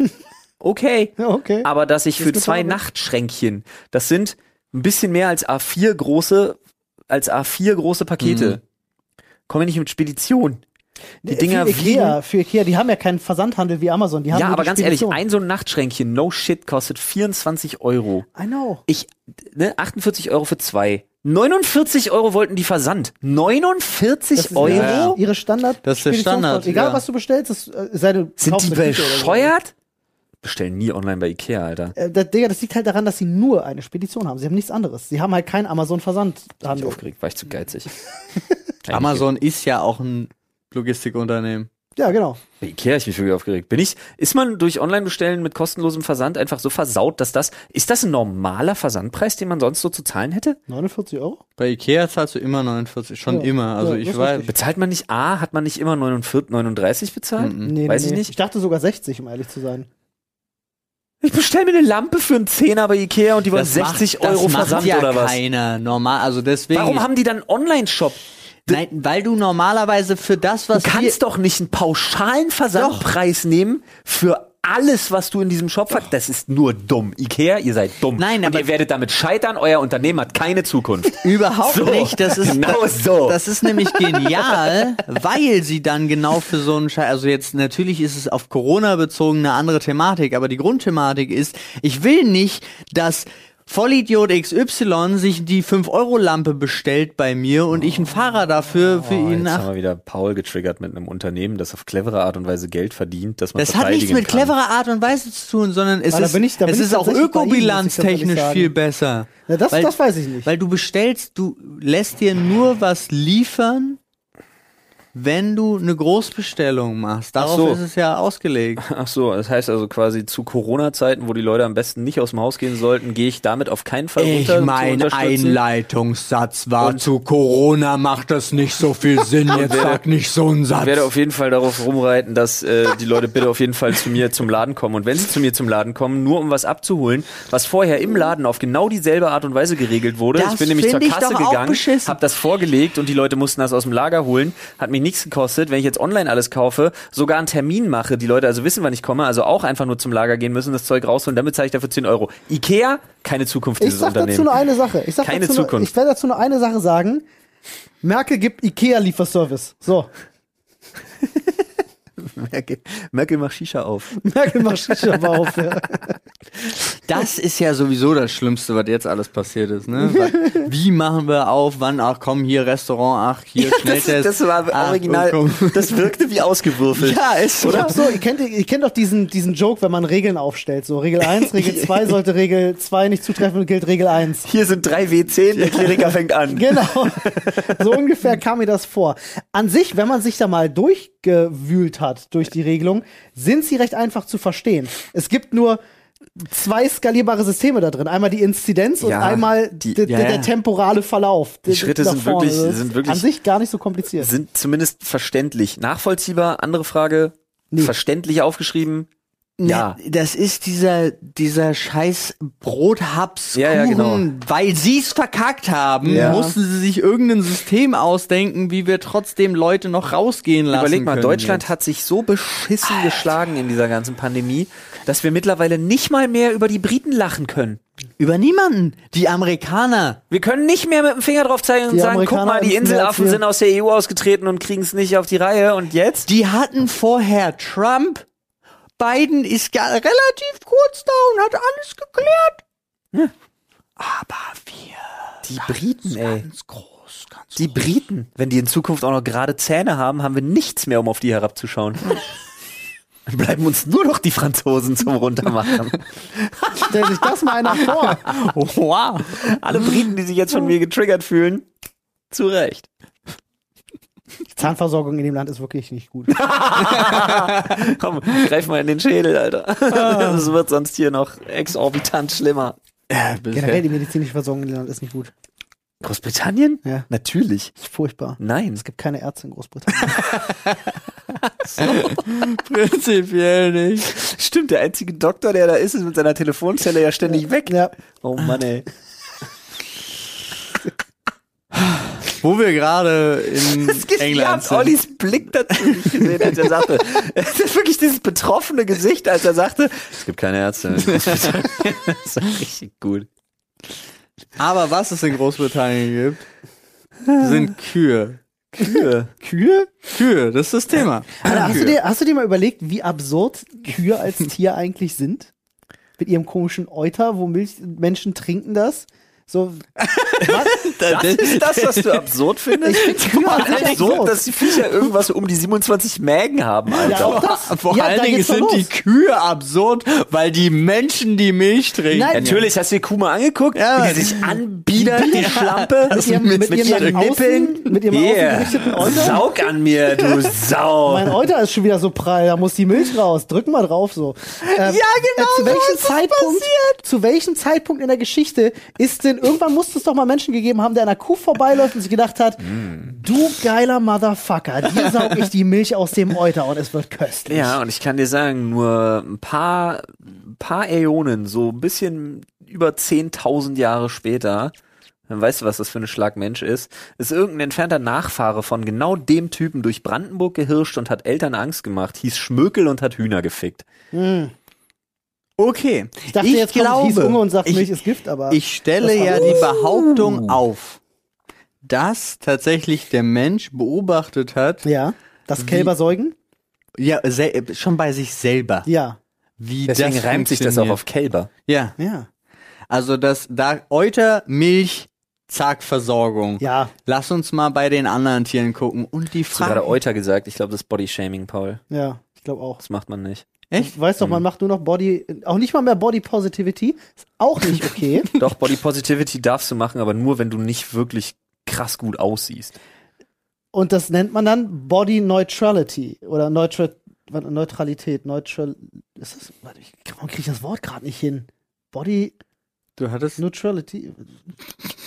okay.
Ja, okay.
Aber dass ich
Ist
für
eine
zwei
Frage.
Nachtschränkchen, das sind ein bisschen mehr als
Hm.
A4 große, als A4 große Pakete, komme ich nicht mit Spedition. Die Dinger
für Ikea,
wiegen.
für Ikea, die haben ja keinen Versandhandel wie Amazon. Die haben
Ja,
nur
aber
die
ganz ehrlich,
Spedition.
ein so ein Nachtschränkchen, no shit, kostet 24 Euro.
I know.
Ich, ne, 48 Euro für zwei. 49 Euro wollten die Versand. 49 Euro?
Ihre- Ihre Standard.
Das ist der
Speditions-
Standard,
Egal
ja.
was du bestellst, das, äh, sei du
Sind
kaufst
die
eine Küche oder so.
bescheuert? Bestellen nie online bei Ikea, Alter.
Äh, das, Digga, das liegt halt daran, dass sie nur eine Spedition haben. Sie haben nichts anderes. Sie haben halt keinen
Ich
Amazon-Versandhandel.
aufgeregt, war ich zu geizig.
Amazon ist ja auch ein Logistikunternehmen.
Ja, genau.
Bei Ikea hab ich mich wirklich aufgeregt. Bin ich, ist man durch Online-Bestellen mit kostenlosem Versand einfach so versaut, dass das, ist das ein normaler Versandpreis, den man sonst so zu zahlen hätte?
49 Euro?
Bei Ikea zahlst du immer 49, schon
Ja,
immer. Also
ja,
ich
das ist
weiß.
richtig.
Bezahlt man nicht A, hat man nicht immer 49, 39 bezahlt?
Nee,
Weiß
nee,
ich
nee.
nicht.
Ich dachte sogar 60, um ehrlich zu sein.
Ich bestelle mir eine Lampe für einen Zehner bei Ikea und die wollen 60
macht,
Euro
das macht
Versand
ja
oder was?
Keiner normal. Also deswegen.
Warum haben die dann einen Online-Shop?
Nein, weil du normalerweise für das, was
Du kannst doch nicht einen pauschalen Versandpreis nehmen für alles, was du in diesem Shop hast. Das ist nur dumm. Ikea, ihr seid dumm.
Nein,
und
aber-
ihr werdet damit scheitern. Euer Unternehmen hat keine Zukunft.
wir überhaupt
So,
nicht. Das ist
genau
das,
so.
Das ist nämlich genial, weil sie dann genau für so einen Scheiß. Also jetzt natürlich ist es auf Corona bezogen eine andere Thematik, aber die Grundthematik ist: Ich will nicht, dass Vollidiot XY sich die 5-Euro-Lampe bestellt bei mir und ich einen Fahrer dafür für ihn
Oh, jetzt
nach
haben wir wieder Paul getriggert mit einem Unternehmen, das auf clevere Art und Weise Geld verdient, dass man
Das hat nichts
verteidigen
mit
kann.
cleverer Art und Weise zu tun, sondern es
Ah, da
ist,
bin ich- da bin
es
ich
ist auch
tatsächlich bei Ihnen, muss ich ganz ehrlich
ökobilanztechnisch
sagen.
viel besser.
Ja, das- das weiß ich nicht.
Weil du bestellst, du lässt dir nur was liefern, wenn du eine Großbestellung machst. Darauf
so.
ist es ja ausgelegt.
Ach so, das heißt also quasi zu Corona-Zeiten, wo die Leute am besten nicht aus dem Haus gehen sollten, gehe ich damit auf keinen Fall runter. um zu unterstützen.
Einleitungssatz war zu Corona macht das nicht so viel Sinn. Jetzt sag nicht so einen
Ich werde auf jeden Fall darauf rumreiten, dass äh, die Leute bitte auf jeden Fall zu mir zum Laden kommen. Und wenn sie zu mir zum Laden kommen, nur um was abzuholen, was vorher im Laden auf genau dieselbe Art und Weise geregelt wurde.
Das
ich bin nämlich zur
find ich
Kasse
doch auch
gegangen,
beschissen.
habe das vorgelegt und die Leute mussten das aus dem Lager holen. Hat mich nichts gekostet. Wenn ich jetzt online alles kaufe, sogar einen Termin mache, die Leute also wissen, wann ich komme, also auch einfach nur zum Lager gehen müssen, das Zeug rausholen, damit zahle ich dafür 10 Euro. Ikea, keine Zukunft
Ich
dieses
sag dazu
Unternehmen.
nur eine Sache. Ich sag
Keine
dazu Nur,
Zukunft.
ich werde dazu nur eine Sache sagen. Merkel gibt Ikea-Lieferservice. So.
Merkel, Merkel macht Shisha auf.
Merkel macht Shisha mal auf. Ja.
Das ist ja sowieso das Schlimmste, was jetzt alles passiert ist. Ne? Weil, Wie machen wir auf? Wann? Ach komm, hier Restaurant. Ach hier
Das,
Schnelltest.
das war
ach, oh,
original.
komm.
Das wirkte wie ausgewürfelt.
Ja, ist
Ich hab so, ihr kennt, ihr kennt doch diesen, diesen Joke, wenn man Regeln aufstellt. So, Regel 1, Regel 2 sollte Regel 2 nicht zutreffen, gilt Regel 1.
Hier sind drei W10, der Kleriker fängt an.
Genau. So ungefähr kam mir das vor. An sich, wenn man sich da mal durchgewühlt hat durch die Regelung, sind sie recht einfach zu verstehen. Es gibt nur zwei skalierbare Systeme da drin. Einmal die Inzidenz und
Ja,
einmal
die-
d- d-
ja, ja.
der temporale Verlauf.
Die Schritte sind wirklich- sind wirklich-
An sich gar nicht so kompliziert.
Sind zumindest verständlich. Nachvollziehbar, andere Frage. Verständlich aufgeschrieben. Ja.
Ne, Das ist dieser, dieser scheiß Brothabskuchen.
Ja, ja, genau.
Weil sie es verkackt haben,
Ja.
mussten sie sich irgendein System ausdenken, wie wir trotzdem Leute noch rausgehen lassen
Überleg mal,
können
Deutschland hat sich so beschissen geschlagen in dieser ganzen Pandemie, dass wir mittlerweile nicht mal mehr über die Briten lachen können.
Jetzt. Über niemanden. Die Amerikaner.
Wir können nicht mehr mit dem Finger drauf zeigen und
Die
sagen, guck
Amerikaner
mal, die
impfen mehr als
Inselaffen
wir.
sind aus der EU ausgetreten und kriegen es nicht auf die Reihe. Und jetzt?
Die hatten vorher Trump. Biden ist ga- relativ kurz da und hat alles geklärt. Aber wir
Die Briten, ey.
ganz groß, ganz
Die Briten, wenn die in Zukunft auch noch gerade Zähne haben, haben wir nichts mehr, um auf die herabzuschauen. Dann bleiben uns nur noch die Franzosen zum Runtermachen.
Stell sich das mal einer vor.
groß. Wow.
Alle Briten, die sich jetzt von mir getriggert fühlen, zu Recht.
Die Zahnversorgung in dem Land ist wirklich nicht gut.
Komm, greif mal in den Schädel, Alter. Das wird sonst hier noch exorbitant schlimmer.
Generell die medizinische Versorgung in dem Land ist nicht gut.
Großbritannien?
Ja.
Natürlich.
Ist furchtbar.
Nein.
Es gibt keine Ärzte in Großbritannien.
Prinzipiell nicht.
Stimmt, der einzige Doktor, der da ist, ist mit seiner Telefonzelle ja ständig weg.
ja.
Oh Mann, ey.
Wo wir gerade in England
Ja,
sind.
Ollis Blick dazu nicht gesehen, als er sagte. Es ist wirklich dieses betroffene Gesicht, als er sagte, es gibt keine Ärzte. das war richtig gut.
Aber was es in Großbritannien gibt, sind Kühe.
Kühe.
Kühe? Kühe, das ist das Thema.
Alter, hast, du dir, hast du dir mal überlegt, wie absurd Kühe als Tier eigentlich sind? Mit ihrem komischen Euter, wo Milch, Menschen trinken das? So,
Das ist das, was du absurd findest? Ich
Kühe an sich absurd.
dass die Viecher irgendwas so um die 27 Mägen haben,
Ja, auch
Alter.
das.
Vor
ja,
allen
da
Dingen
geht's doch
sind die
los.
Kühe absurd, weil die Menschen die Milch trinken.
Nein.
Natürlich, hast du die Kuh mal angeguckt,
Ja.
wie die sich anbiedert, die Schlampe,
mit ihrem- mit ihrem außen- mit ihrem ausgerichteten Euter.
Saug an mir, du Sau.
Genau.
Mein Euter ist schon wieder so prall, da muss die Milch raus. Drück mal drauf so. Ähm, ja,
genau
Zu
so
welchem
ist das
Zeitpunkt? Zu welchem Zeitpunkt in der Geschichte ist denn irgendwann muss es doch mal Menschen gegeben haben, der an einer Kuh vorbeiläuft und sich gedacht hat,
Hm.
du geiler Motherfucker, dir saug ich die Milch aus dem Euter und es wird köstlich.
Ja, und ich kann dir sagen, nur ein paar, ein paar Äonen, so ein bisschen über 10.000 Jahre später, dann weißt du, was das für ein Schlagmensch ist, ist irgendein entfernter Nachfahre von genau dem Typen durch Brandenburg gehirscht und hat Eltern Angst gemacht, hieß Schmökel und hat Hühner gefickt.
Okay.
Ich dachte jetzt kommt Thies Unge und sagt, Milch ist Gift, aber
Ich stelle
das war-
ja die Behauptung auf, dass tatsächlich der Mensch beobachtet hat,
ja, das Kälber säugen?
ja, sel- schon bei sich selber,
Ja.
wie
Deswegen
das
reimt sich das auch
funktioniert.
auf Kälber.
Ja,
Ja.
also das da Euter, Milch, zack Versorgung.
Ja.
Lass uns mal bei den anderen Tieren gucken und die
Hast du gerade
Frage.
Euter gesagt? Ich glaube, das ist Bodyshaming, Paul.
Ja, ich glaube auch.
Das macht man nicht.
Echt?
Weiß doch, man macht nur noch Body, auch nicht mal mehr Body Positivity. Ist auch nicht okay.
Doch, Body Positivity darfst du machen, aber nur, wenn du nicht wirklich krass gut aussiehst.
Und das nennt man dann Body Neutrality oder Neutral warte, Neutralität. Neutral ist das, warte, ich warum krieg ich das Wort gerade nicht hin? Body
Du hattest
Neutrality.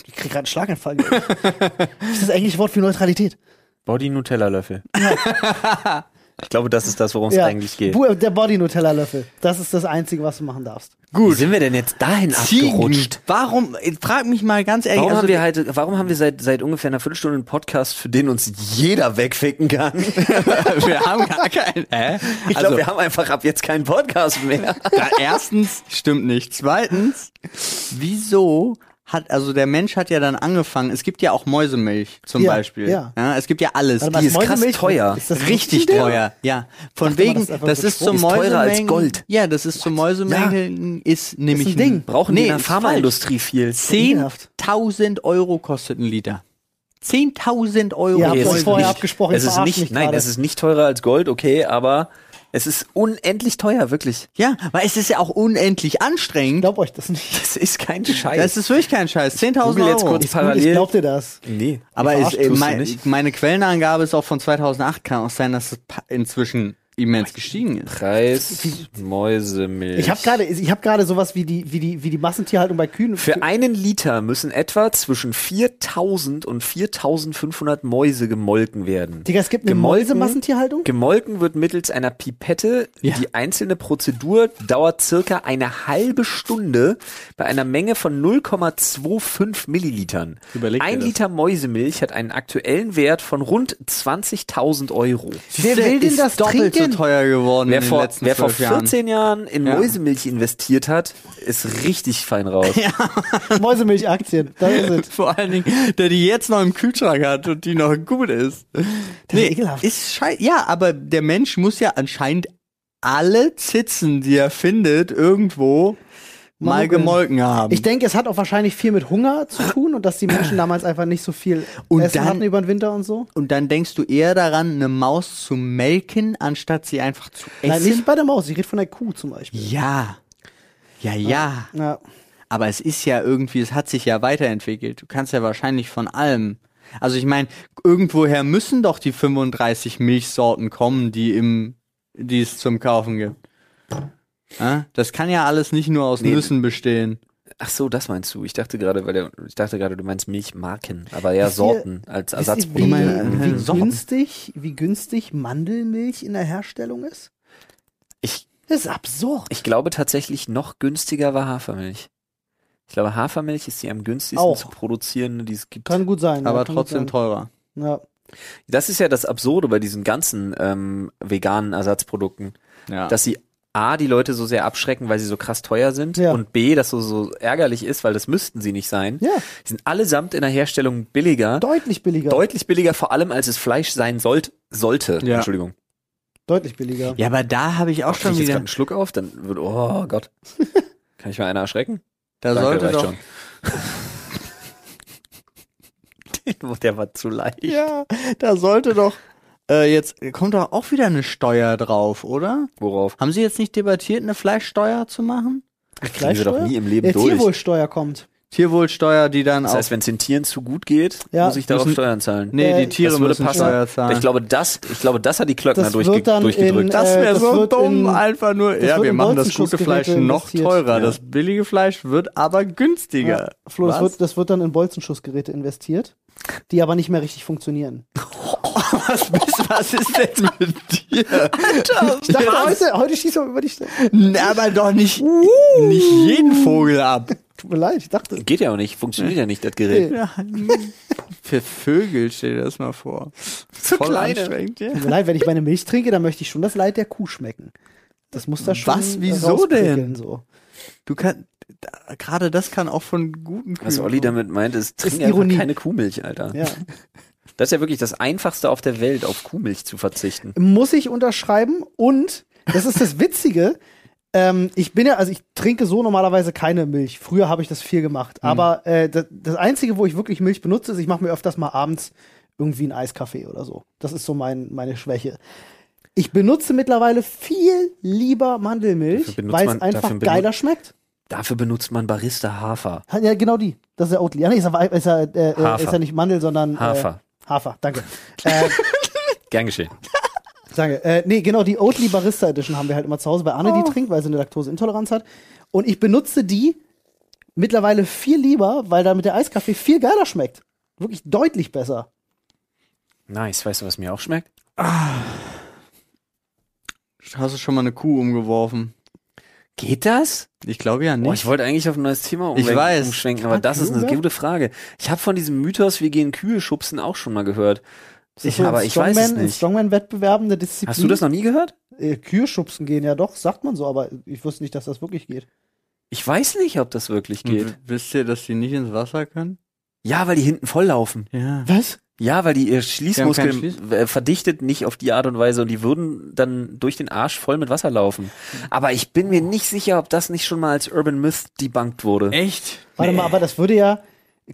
Ich krieg gerade einen Schlaganfall. glaub ich. ist das englische Wort für Neutralität?
Body Nutella Löffel. ich glaube, das ist das, worum es eigentlich geht.
Bu- Der Body Nutella Löffel. Das ist das Einzige, was du machen darfst.
Gut. Wie sind wir denn jetzt dahin abgerutscht?
Ziegen. Warum? ich Frag mich mal ganz ehrlich.
Warum
also
haben wir halt, warum haben wir seit, seit ungefähr einer Viertelstunde einen Podcast, für den uns jeder wegficken kann? Ich
wir haben gar keinen. Hä?
glaube,
also,
wir haben einfach ab jetzt keinen Podcast mehr.
da, erstens stimmt nicht. Zweitens, wieso hat also der Mensch hat ja dann angefangen? Es gibt ja auch Mäusemilch zum
Ja,
Beispiel.
ja.
Es gibt ja alles.
Warte mal,
Die ist krass
Mäusemilch-
teuer.
Ist das
richtig
Ding?
teuer. Ja,
Dachte
von
man,
wegen,
das ist
das,
einfach so
ist
schwul.
zum
Ist teurer als
Mäusemengen.
Gold.
Ja, das ist zum Mäusemengen ist nämlich
ein Ding.
Brauchen wir in der
ist
Pharmaindustrie viel.
falsch. 10.000 Euro kostet ein Liter. 10.000 Euro.
Ihr habt euch
es ist
Mäusemilch.
vorher
nicht-
abgesprochen,
Es ist
verarscht
nicht,
mich
nein,
gerade.
es ist nicht teurer als Gold, okay, aber es ist unendlich teuer, wirklich.
Ja, weil es ist ja auch unendlich
Ich
anstrengend.
glaub euch das nicht. Genau.
Das ist kein Scheiß.
Das ist wirklich kein Scheiß. 10.000
Google
Euro.
jetzt kurz
Ich
parallel.
glaub dir das.
nee.
Aber
verarscht
ist, äh,
tust du
mein,
nicht.
meine Quellenangabe ist auch von 2008. Kann auch sein, dass es pa- inzwischen immens gestiegen ist.
Preis Mäusemilch.
Ich habe gerade, ich habe gerade sowas wie die, wie die, wie die Massentierhaltung bei Kühen.
Für einen Liter müssen etwa zwischen 4000 und 4500 Mäuse gemolken werden.
Digga, es gibt eine
Gemolken-
Mäuse-Massentierhaltung?
Gemolken wird mittels einer Pipette.
Ja.
Die einzelne Prozedur dauert circa eine halbe Stunde bei einer Menge von 0,25 Millilitern.
Überleg dir
Ein
das.
Liter Mäusemilch hat einen aktuellen Wert von rund 20.000 Euro.
Wer will denn
ist
das
doppelt
trinken?
so teuer geworden
Wer
in den
vor,
letzten
wer vor
12 Jahren.
14 Jahren in
Ja.
Mäusemilch investiert hat, ist richtig fein raus.
Mäusemilchaktien, da ist es.
Vor allen Dingen, der die jetzt noch im Kühlschrank hat und die noch gut ist.
ist ekelhaft.
ist schei ja, aber der Mensch muss ja anscheinend alle Zitzen, die er findet, irgendwo mal
Mogeln.
gemolken haben.
Ich denke, es hat auch wahrscheinlich viel mit Hunger zu tun und dass die Menschen damals einfach nicht so viel
Und
Essen
dann-
hatten über den Winter und so.
und dann denkst du eher daran, eine Maus zu melken, anstatt sie einfach zu essen?
Nein, nicht bei der Maus, ich rede von der Kuh zum Beispiel.
Ja. Ja, ja.
Ja.
Aber es ist ja irgendwie, es hat sich ja weiterentwickelt. Du kannst ja wahrscheinlich von allem. Also ich meine, irgendwoher müssen doch die 35 Milchsorten kommen, die im, die es zum Kaufen gibt. Ja? Das kann ja alles nicht nur aus Nüssen bestehen.
Ach so, das meinst du. Ich dachte gerade, weil der, ich dachte gerade, du meinst Milchmarken, aber ja
Wisst ihr-
Sorten als
Wisst ihr,
Ersatzprodukte.
wie,
Ersatzprodukte.
wie,
Sorten.
günstig, wie günstig Mandelmilch in der Herstellung ist?
Ich,
Das ist absurd.
ich glaube tatsächlich noch günstiger war Hafermilch. Ich glaube, Hafermilch ist die am günstigsten
Auch.
zu produzieren, die es gibt.
Kann gut sein. ja,
Aber
kann
trotzdem
gut
teurer.
sein. Ja.
Das ist ja das Absurde bei diesen ganzen ähm, veganen Ersatzprodukten,
Ja.
dass sie A, die Leute so sehr abschrecken, weil sie so krass teuer sind
Ja.
und B, dass so, so ärgerlich ist, weil das müssten sie nicht sein.
Ja.
Die sind allesamt in der Herstellung billiger,
Deutlich billiger.
deutlich billiger, vor allem als es Fleisch sein sollt, sollte.
Ja.
Entschuldigung.
Deutlich billiger.
Ja, aber da habe ich auch
Krieg
schon
ich jetzt gerade
wieder.
einen Schluck auf, dann wird, oh Gott. Kann ich mal einer erschrecken?
Da sollte
reicht
doch.
schon. Der war zu leicht.
Ja, da sollte doch. Äh, jetzt kommt doch auch wieder eine Steuer drauf, oder?
Worauf?
Haben Sie jetzt nicht debattiert, eine Fleischsteuer zu machen?
Kriegen wir doch nie im Leben
ja,
durch.
Tierwohlsteuer kommt.
Tierwohlsteuer, die dann
Das heißt, wenn es den Tieren zu gut geht,
Ja.
muss ich darauf
Müssen-
Steuern zahlen.
Nee,
Äh,
die Tiere
das würde
müssen
passen.
Steuer zahlen.
Ich glaube, das, ich glaube, das hat die Klöckner
Das
durchge
wird dann
durchgedrückt.
in,
das
äh,
wäre
das
so
wird
dumm,
in-
einfach nur.
wird
Ja, wir
in
machen das gute Fleisch
Bolzenschussgeräte
noch
investiert.
teurer.
Ja.
Das billige Fleisch wird aber günstiger.
Ja. Flo, das
Was?
wird, das wird dann in Bolzenschussgeräte investiert, die aber nicht mehr richtig funktionieren.
was, bist, was ist denn mit dir?
Ich dachte, heute, heute schießt er über dich.
Na, Aber doch nicht,
Uh.
nicht jeden Vogel ab.
Tut mir leid, ich dachte.
geht ja auch nicht, funktioniert ja nicht, das Gerät.
Nee.
Für Vögel stell dir das mal vor.
So
Voll
kleine.
anstrengend, ja.
Tut mir leid, wenn ich meine Milch trinke, dann möchte ich schon das Leid der Kuh schmecken. Das muss da schon.
Was? Wieso
rausprickeln,
denn?
So.
Du kannst, gerade das kann auch von guten Kühen.
Was Olli damit meint, ist, trink
Ist
einfach
Ironie.
keine Kuhmilch, Alter.
Ja.
Das ist ja wirklich das Einfachste auf der Welt, auf Kuhmilch zu verzichten.
Muss ich unterschreiben und das ist das Witzige. Ähm, ich bin ja, also ich trinke so normalerweise keine Milch. Früher habe ich das viel gemacht.
Mhm.
Aber äh, das, das Einzige, wo ich wirklich Milch benutze, ist, ich mache mir öfters mal abends irgendwie einen Eiskaffee oder so. Das ist so mein, meine Schwäche. Ich benutze mittlerweile viel lieber Mandelmilch,
Dafür benutzt
weil es
man-
einfach
dafür benut-
geiler schmeckt.
Dafür benutzt man Barista Hafer.
Ja, genau die. Das ist ja Oatly. Ja, nee, ist ja, ist ja, äh, äh,
Hafer.
ist ja nicht Mandel, sondern
Hafer.
Äh, Hafer, danke. äh,
Gern geschehen.
Danke. Äh, nee, genau, die Oatly Barista Edition haben wir halt immer zu Hause, weil Anne die trinkt, weil sie eine Laktoseintoleranz hat. Und ich benutze die mittlerweile viel lieber, weil damit der Eiskaffee viel geiler schmeckt. Wirklich deutlich besser.
Nice, weißt du, was mir auch schmeckt?
Hast du schon mal eine Kuh umgeworfen?
Geht das?
Ich glaube ja nicht.
Boah, ich wollte eigentlich auf ein neues Thema
Ich
umwen-
weiß.
umschwenken, aber das ist eine
Kuh
gute Frage. Ich habe von diesem Mythos, wir gehen Kühe schubsen, auch schon mal gehört.
Das ist
Ich-
so in
aber ich weiß es
Strongman- In
nicht.
Strongman-Wettbewerben eine Disziplin.
Hast du das noch nie gehört?
Äh, Kühe schubsen gehen, ja doch, sagt man so, aber ich wusste nicht, dass das wirklich geht.
Ich weiß nicht, ob das wirklich geht.
Und w- Wisst ihr, dass die nicht ins Wasser können?
Ja, weil die hinten voll laufen.
Ja.
Was?
Ja, weil die ihr Schließmuskeln
Die haben keinen
äh, verdichtet nicht auf die Art und Weise und die würden dann durch den Arsch voll mit Wasser laufen. Aber ich bin mir nicht sicher, ob das nicht schon mal als Urban Myth debunked wurde.
Echt?
Warte mal, aber das würde ja.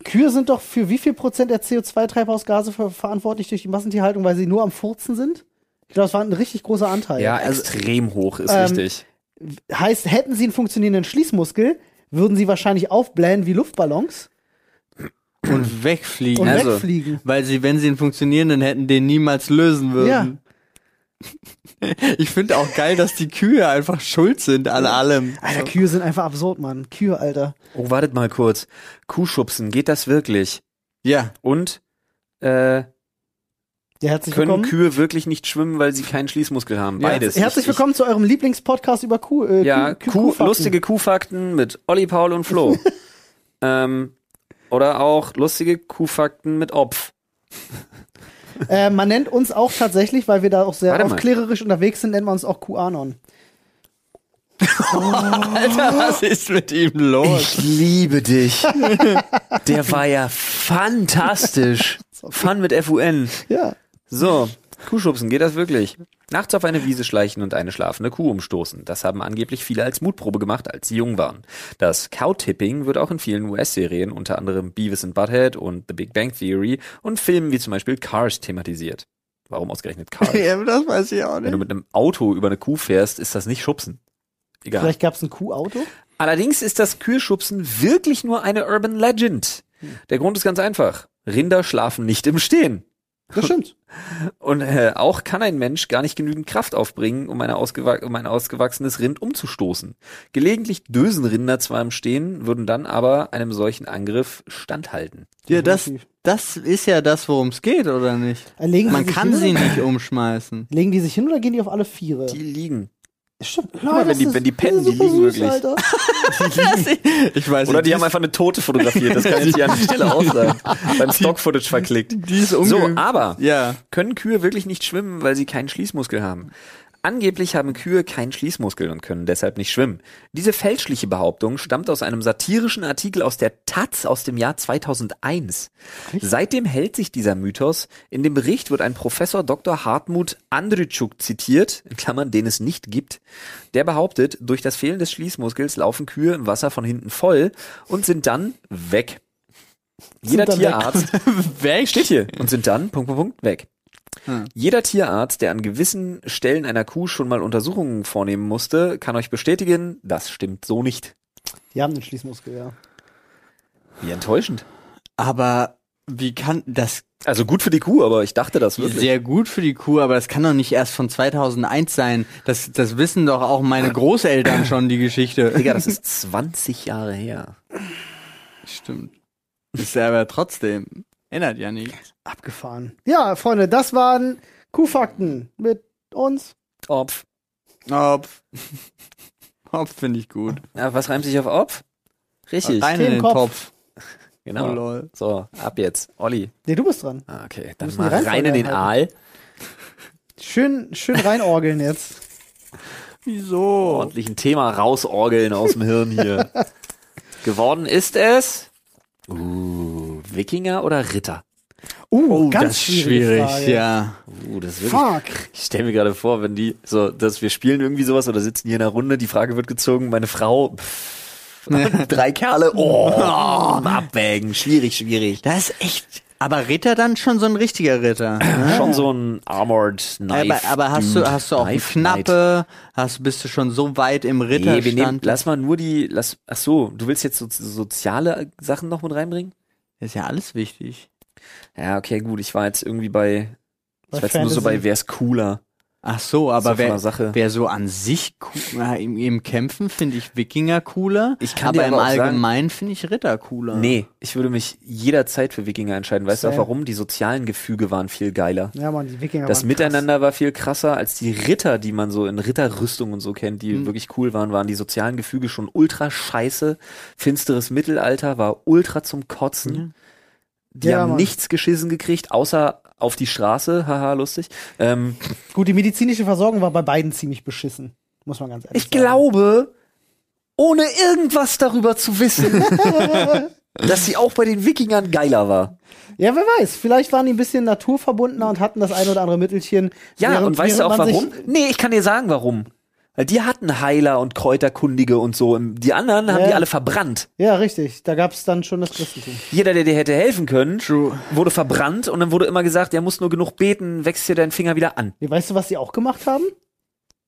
Kühe sind doch für wie viel Prozent der CO2-Treibhausgase ver verantwortlich durch die Massentierhaltung, weil sie nur am Furzen sind? Ich glaube, das war ein richtig großer Anteil.
Ja, extrem hoch ist
Ähm,
richtig.
Heißt, hätten sie einen funktionierenden Schließmuskel, würden sie wahrscheinlich aufblähen wie Luftballons
Und wegfliegen.
und
Also-
wegfliegen.
Weil sie, wenn sie ihn funktionierenden hätten, den niemals lösen würden. Ja. Ich finde auch geil, dass die Kühe einfach schuld sind an allem.
Alter, Kühe sind einfach absurd, Mann. Kühe, Alter.
Oh, wartet mal kurz. Kuhschubsen, geht das wirklich?
Ja.
Und äh,
Ja, herzlich
können
willkommen.
Kühe wirklich nicht schwimmen, weil sie keinen Schließmuskel haben? Beides.
Herzlich
Ich- ich-
willkommen zu eurem Lieblingspodcast über Kuh. Äh,
Ja,
Kuh-
Kuh,
Kuhfakten.
lustige Kuhfakten mit Olli, Paul und Flo. ähm, oder auch lustige Kuhfakten mit Opf.
Äh, man nennt uns auch tatsächlich, weil wir da auch sehr
Warte mal.
aufklärerisch unterwegs sind, nennt man uns auch Kuhanon.
Alter, was ist mit ihm los?
liebe dich. Der war ja fantastisch. Fun mit FUN.
Ja.
So, Kuhschubsen, geht das wirklich? Nachts auf eine Wiese schleichen und eine schlafende Kuh umstoßen. Das haben angeblich viele als Mutprobe gemacht, als sie jung waren. Das Cowtipping wird auch in vielen US-Serien, unter anderem Beavis and Butthead und The Big Bang Theory und Filmen wie zum Beispiel Cars thematisiert. Warum ausgerechnet Cars?
ja, das weiß ich auch
Wenn du
nicht.
mit einem Auto über eine Kuh fährst, ist das nicht Schubsen. Egal.
Vielleicht gab es ein Kuhauto.
Allerdings ist das Kühlschubsen wirklich nur eine Urban Legend. Der Grund ist ganz einfach. Rinder schlafen nicht im Stehen.
Das stimmt.
Und äh, auch kann ein Mensch gar nicht genügend Kraft aufbringen, um, eine ausgewa- um ein ausgewachsenes Rind umzustoßen. Gelegentlich dösen Rinder zwar im Stehen, würden dann aber einem solchen Angriff standhalten.
Ja, das, das ist ja das, worum es geht, oder nicht?
Äh, Legen
Man
die sich
kann
hin,
sie
oder-
nicht umschmeißen.
Legen die sich hin oder gehen die auf alle Viere?
Die liegen.
Stimmt. Guck
mal, wenn die- wenn die pennen, die liegen wirklich.
Alter.
Ich weiß
Oder die haben
einfach
einfach eine Tote fotografiert. Das kann jetzt hier an der Stelle auch sein. Beim Stock-Footage verklickt.
die ist
So,
umge-
aber
Ja.
können Kühe wirklich nicht schwimmen, weil sie keinen Schließmuskel haben. Angeblich haben Kühe keinen Schließmuskel und können deshalb nicht schwimmen. Diese fälschliche Behauptung stammt aus einem satirischen Artikel aus der Taz aus dem Jahr 2001. Seitdem hält sich dieser Mythos. In dem Bericht wird ein Professor Dr. Hartmut Andryczuk zitiert, in Klammern, den es nicht gibt. Der behauptet, durch das Fehlen des Schließmuskels laufen Kühe im Wasser von hinten voll und sind dann weg. Jeder
dann weg.
Tierarzt
Weg?
Steht hier. Und sind dann, Punkt, Punkt, Punkt, weg.
Hm.
Jeder Tierarzt, der an gewissen Stellen einer Kuh schon mal Untersuchungen vornehmen musste, kann euch bestätigen, das stimmt so nicht.
Die haben den Schließmuskel, ja.
Wie enttäuschend.
Aber wie kann das
Also gut für die Kuh, aber ich dachte das wirklich.
sehr gut für die Kuh, aber das kann doch nicht erst von 2001 sein. Das, das wissen doch auch meine Großeltern schon, die Geschichte.
Digga, das ist 20 Jahre her.
Stimmt. Ist ja aber trotzdem. Ändert ja nichts.
Abgefahren. Ja, Freunde, das waren Kuhfakten mit uns.
Opf.
Hopf. Hopf finde ich gut.
Ja, was reimt sich auf Opf? Richtig.
Rein in den Topf.
Themenkopf.
Oh,
Genau.
lol.
So, ab jetzt. Olli.
Nee, du bist dran.
Ah, Okay, dann
müssen
mal
die Reihenfolge
rein in den Aal.
Schön, schön reinorgeln jetzt.
Wieso?
Ordentlich ein Thema rausorgeln aus dem Hirn hier. Geworden ist es. Uh, Wikinger oder Ritter?
Uh,
Oh, das ist schwierig, ja.
Uh, das ist wirklich.
Fuck.
Ich stelle mir gerade vor, wenn die so, dass wir spielen irgendwie sowas oder sitzen hier in einer Runde, die Frage wird gezogen, meine Frau, pff, drei Kerle, oh, abwägen, schwierig, schwierig.
Das ist echt. Aber Ritter dann schon so ein richtiger Ritter.
Schon so ein Armored Äh, Knife.
aber aber hast du
Dude,
hast du auch eine
Knife
Knappe? Hast bist du schon so weit im
Knight. Nee, wir nehmen,
Ritterstand?
lass mal nur die, lass, ach so, du willst jetzt so, soziale Sachen noch mit reinbringen?
ist ja alles wichtig.
Ja, okay, gut, ich war jetzt irgendwie bei,
Bei
ich war jetzt nur so
Fantasy.
bei, wär's cooler.
Ach so,
So
aber
von der
wer,
Sache.
wer so an sich cool, na, im, im Kämpfen finde ich Wikinger cooler,
Ich kann
aber
dir
im
aber auch sagen-
Allgemeinen finde ich Ritter cooler.
Nee, ich würde mich jederzeit für Wikinger entscheiden. Weißt du auch
Same.
warum? Die sozialen Gefüge waren viel geiler.
Ja, Mann, die Wikinger.
Das
waren
Miteinander war viel krasser als die Ritter, die man so in Ritterrüstung und so kennt,
Hm.
die wirklich cool waren, waren die sozialen Gefüge schon ultra scheiße. Finsteres Mittelalter war ultra zum Kotzen. Die
Ja,
haben
Mann.
nichts geschissen gekriegt, außer auf die Straße, haha, lustig. Ähm,
krass. Gut, die medizinische Versorgung war bei beiden ziemlich beschissen. Muss man ganz ehrlich
ich glaube, ohne irgendwas darüber zu wissen, dass sie auch bei den Wikingern geiler war.
sagen. Ja, wer weiß. Vielleicht waren die ein bisschen naturverbundener und hatten das ein oder andere Mittelchen.
Ja,
während-
und weißt du auch
während man sich-
warum? Nee, ich kann dir sagen, warum. Weil die hatten Heiler und Kräuterkundige und so. Die anderen haben
Ja.
die alle verbrannt.
Ja, richtig. Da gab es dann schon das Christentum.
Jeder, der dir hätte helfen können,
True.
wurde verbrannt und dann wurde immer gesagt, der muss nur genug beten, wächst dir deinen Finger wieder an.
Ja, weißt du, was die auch gemacht haben?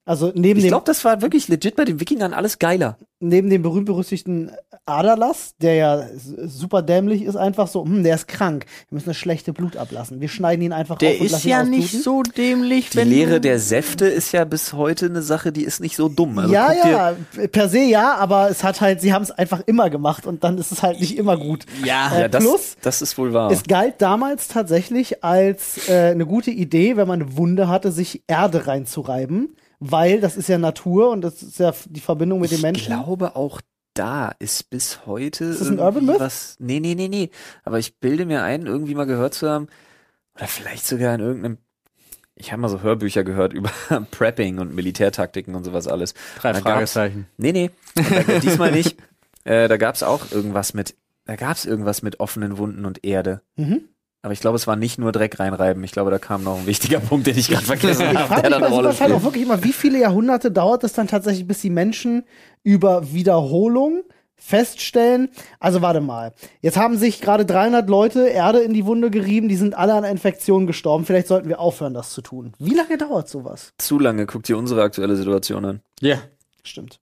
Also neben
Ich
dem,
glaube, das war wirklich legit bei den Wikingern alles geiler.
neben dem berühmt-berüchtigten Aderlass, der ja s- super dämlich ist, einfach so, hm, der ist krank. Wir müssen das schlechte Blut ablassen. Wir schneiden ihn einfach
Der
auf und
ist
lassen ihn
ja nicht
ausbluten.
so dämlich,
Die
wenn
Lehre
du-
der Säfte ist ja bis heute eine Sache, die ist nicht so dumm. Also
ja,
guck dir-
ja, per se ja, aber es hat halt, sie haben es einfach immer gemacht und dann ist es halt nicht immer gut.
ja,
Äh,
ja das,
plus-
das ist wohl wahr.
Es galt damals tatsächlich als äh, eine gute Idee, wenn man eine Wunde hatte, sich Erde reinzureiben, weil das ist ja Natur und das ist ja f- die Verbindung mit den
Ich
Menschen.
glaube auch da ist bis heute
das ein Urban
irgendwie
Myth?
was. Nee, nee, nee, nee. Aber ich bilde mir ein, irgendwie mal gehört zu haben, oder vielleicht sogar in irgendeinem. Ich habe mal so Hörbücher gehört über Prepping und Militärtaktiken und sowas alles.
drei
Da gab's-
Fragezeichen.
Nee, nee. Da, diesmal nicht. Äh, da gab's auch irgendwas mit, da gab's irgendwas mit offenen Wunden und Erde.
Mhm.
Aber ich glaube, es war nicht nur Dreck reinreiben. Ich glaube, da kam noch ein wichtiger Punkt, den ich gerade vergessen
Ich
habe,
frage
der
mich
da eine
bei
Rolle
sowas halt auch
spielt.
wirklich immer, wie viele Jahrhunderte dauert es dann tatsächlich, bis die Menschen über Wiederholung feststellen, also warte mal, jetzt haben sich gerade 300 Leute Erde in die Wunde gerieben, die sind alle an Infektionen gestorben, vielleicht sollten wir aufhören, das zu tun. Wie lange dauert sowas?
Zu lange guckt ihr unsere aktuelle Situation an.
Ja.
Stimmt.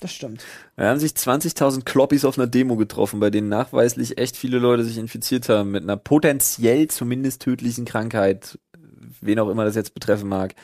Das stimmt.
Da haben sich 20.000 Kloppis auf einer Demo getroffen, bei denen nachweislich echt viele Leute sich infiziert haben mit einer potenziell zumindest tödlichen Krankheit, wen auch immer das jetzt betreffen mag.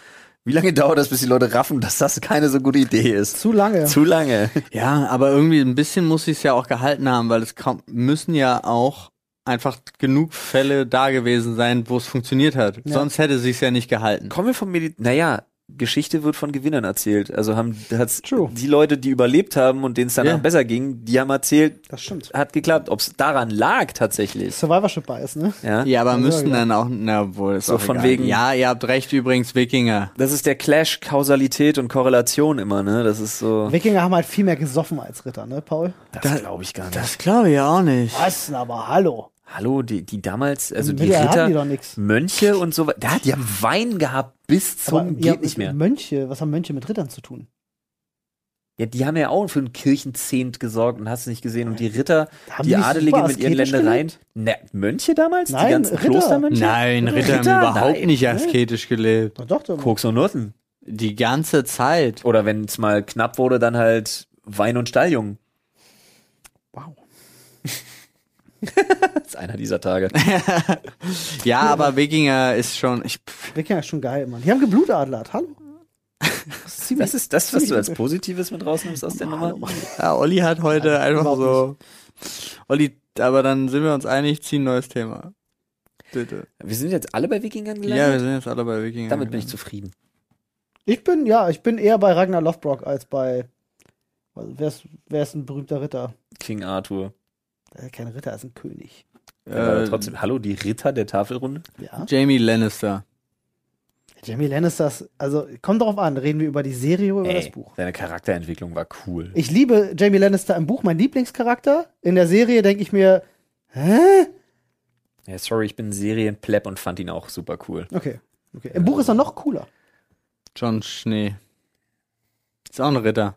Wie lange dauert das, bis die Leute raffen, dass das keine so gute Idee ist?
Zu lange.
Zu lange.
Ja, aber irgendwie ein bisschen muss ich es ja auch gehalten haben, weil es kaum, müssen ja auch einfach genug Fälle da gewesen sein, wo es funktioniert hat.
Ja.
Sonst hätte sie es ja nicht gehalten.
Kommen wir vom Medizin. Naja, Geschichte wird von Gewinnern erzählt. Also haben hat's
True.
die Leute, die überlebt haben und denen es danach
Ja.
besser ging, die haben erzählt,
Das stimmt.
hat geklappt. Ob es daran lag tatsächlich.
Survivorship Bias, ne?
Ja?
Ja, aber müssten
ja.
dann auch, na wohl, ist
So
auch
von
egal.
wegen-
Ja, ihr habt recht übrigens, Wikinger.
Das ist der Clash Kausalität und Korrelation immer, ne? Das ist so.
Wikinger haben halt viel mehr gesoffen als Ritter, ne, Paul?
Das glaube ich gar nicht.
Das glaube ich auch nicht.
Was? denn Aber hallo.
Hallo, die, die damals, also
Im
die
Mittelalter hatten
Ritter,
die doch nix.
Mönche und so weiter, da hat ja Wein gehabt bis zum
Aber,
geht
ja,
nicht mehr.
Mönche, was haben Mönche mit Rittern zu tun?
Ja, die haben ja auch für einen Kirchenzehnt gesorgt und hast du nicht gesehen. Und die Ritter,
Haben
die,
die super
Adelige mit ihren
asketisch
Ländereien, Na, Mönche damals, die
Nein,
ganzen
Ritter.
Klostermönche,
Nein, Ritter,
Ritter?
haben überhaupt
Nein,
nicht
ne?
asketisch gelebt.
Doch, doch, doch.
Koks und Nutten.
Die ganze Zeit.
Oder wenn es mal knapp wurde, dann halt Wein und Stalljungen.
Wow.
Das ist einer dieser Tage.
Ja, aber Wikinger ist schon. Ich, pff,
Wikinger ist schon geil, Mann. Die haben geblutadlert, hallo? Das ist ziemlich-
Das ist das, was du als
Ziemlich
Positives mit rausnimmst aus der Nummer.
ja, Olli hat heute einfach
überhaupt
so. Olli, aber dann sind wir uns einig, zieh ein neues Thema. Bitte.
Wir sind jetzt alle bei Wikingern
Ja, wir
gelandet.
sind jetzt alle bei Wikinger.
Damit bin ich zufrieden.
Ich bin, ja, ich bin eher bei Ragnar Lothbrok als bei. Also, wer, ist, wer ist ein berühmter Ritter?
King Arthur.
Äh, Kein Ritter, er ist ein König.
Ja, aber
äh,
trotzdem, hallo, die Ritter der Tafelrunde.
Ja.
Jamie Lannister.
Jamie Lannisters, also kommt drauf an, reden wir über die Serie oder über das Buch.
Seine Charakterentwicklung war cool.
Ich liebe Jamie Lannister im Buch, mein Lieblingscharakter. In der Serie denke ich mir, hä?
Ja, sorry, ich bin Serienpleb und fand ihn auch super cool.
Okay. okay. Im Buch ist er noch cooler.
John Schnee. Ist auch ein Ritter.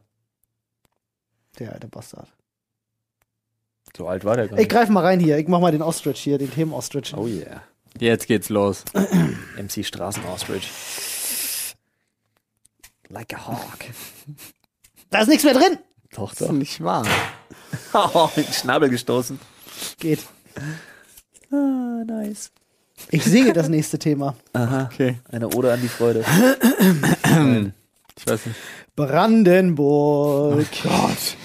Der alte Bastard.
So alt war der gar
Ich greife mal rein hier. Ich mach mal den Ostrich hier, den Themen-Ostrich.
Oh yeah.
Jetzt geht's los.
MC Straßen Ostrich. Like a hawk.
Da ist nichts mehr drin.
Doch,
Das ist nicht wahr.
Oh, in den Schnabel gestoßen.
Geht.
Ah, nice.
Ich singe das nächste Thema.
Aha.
Okay.
Eine Ode an die Freude.
Ich weiß nicht.
Brandenburg.
Gott.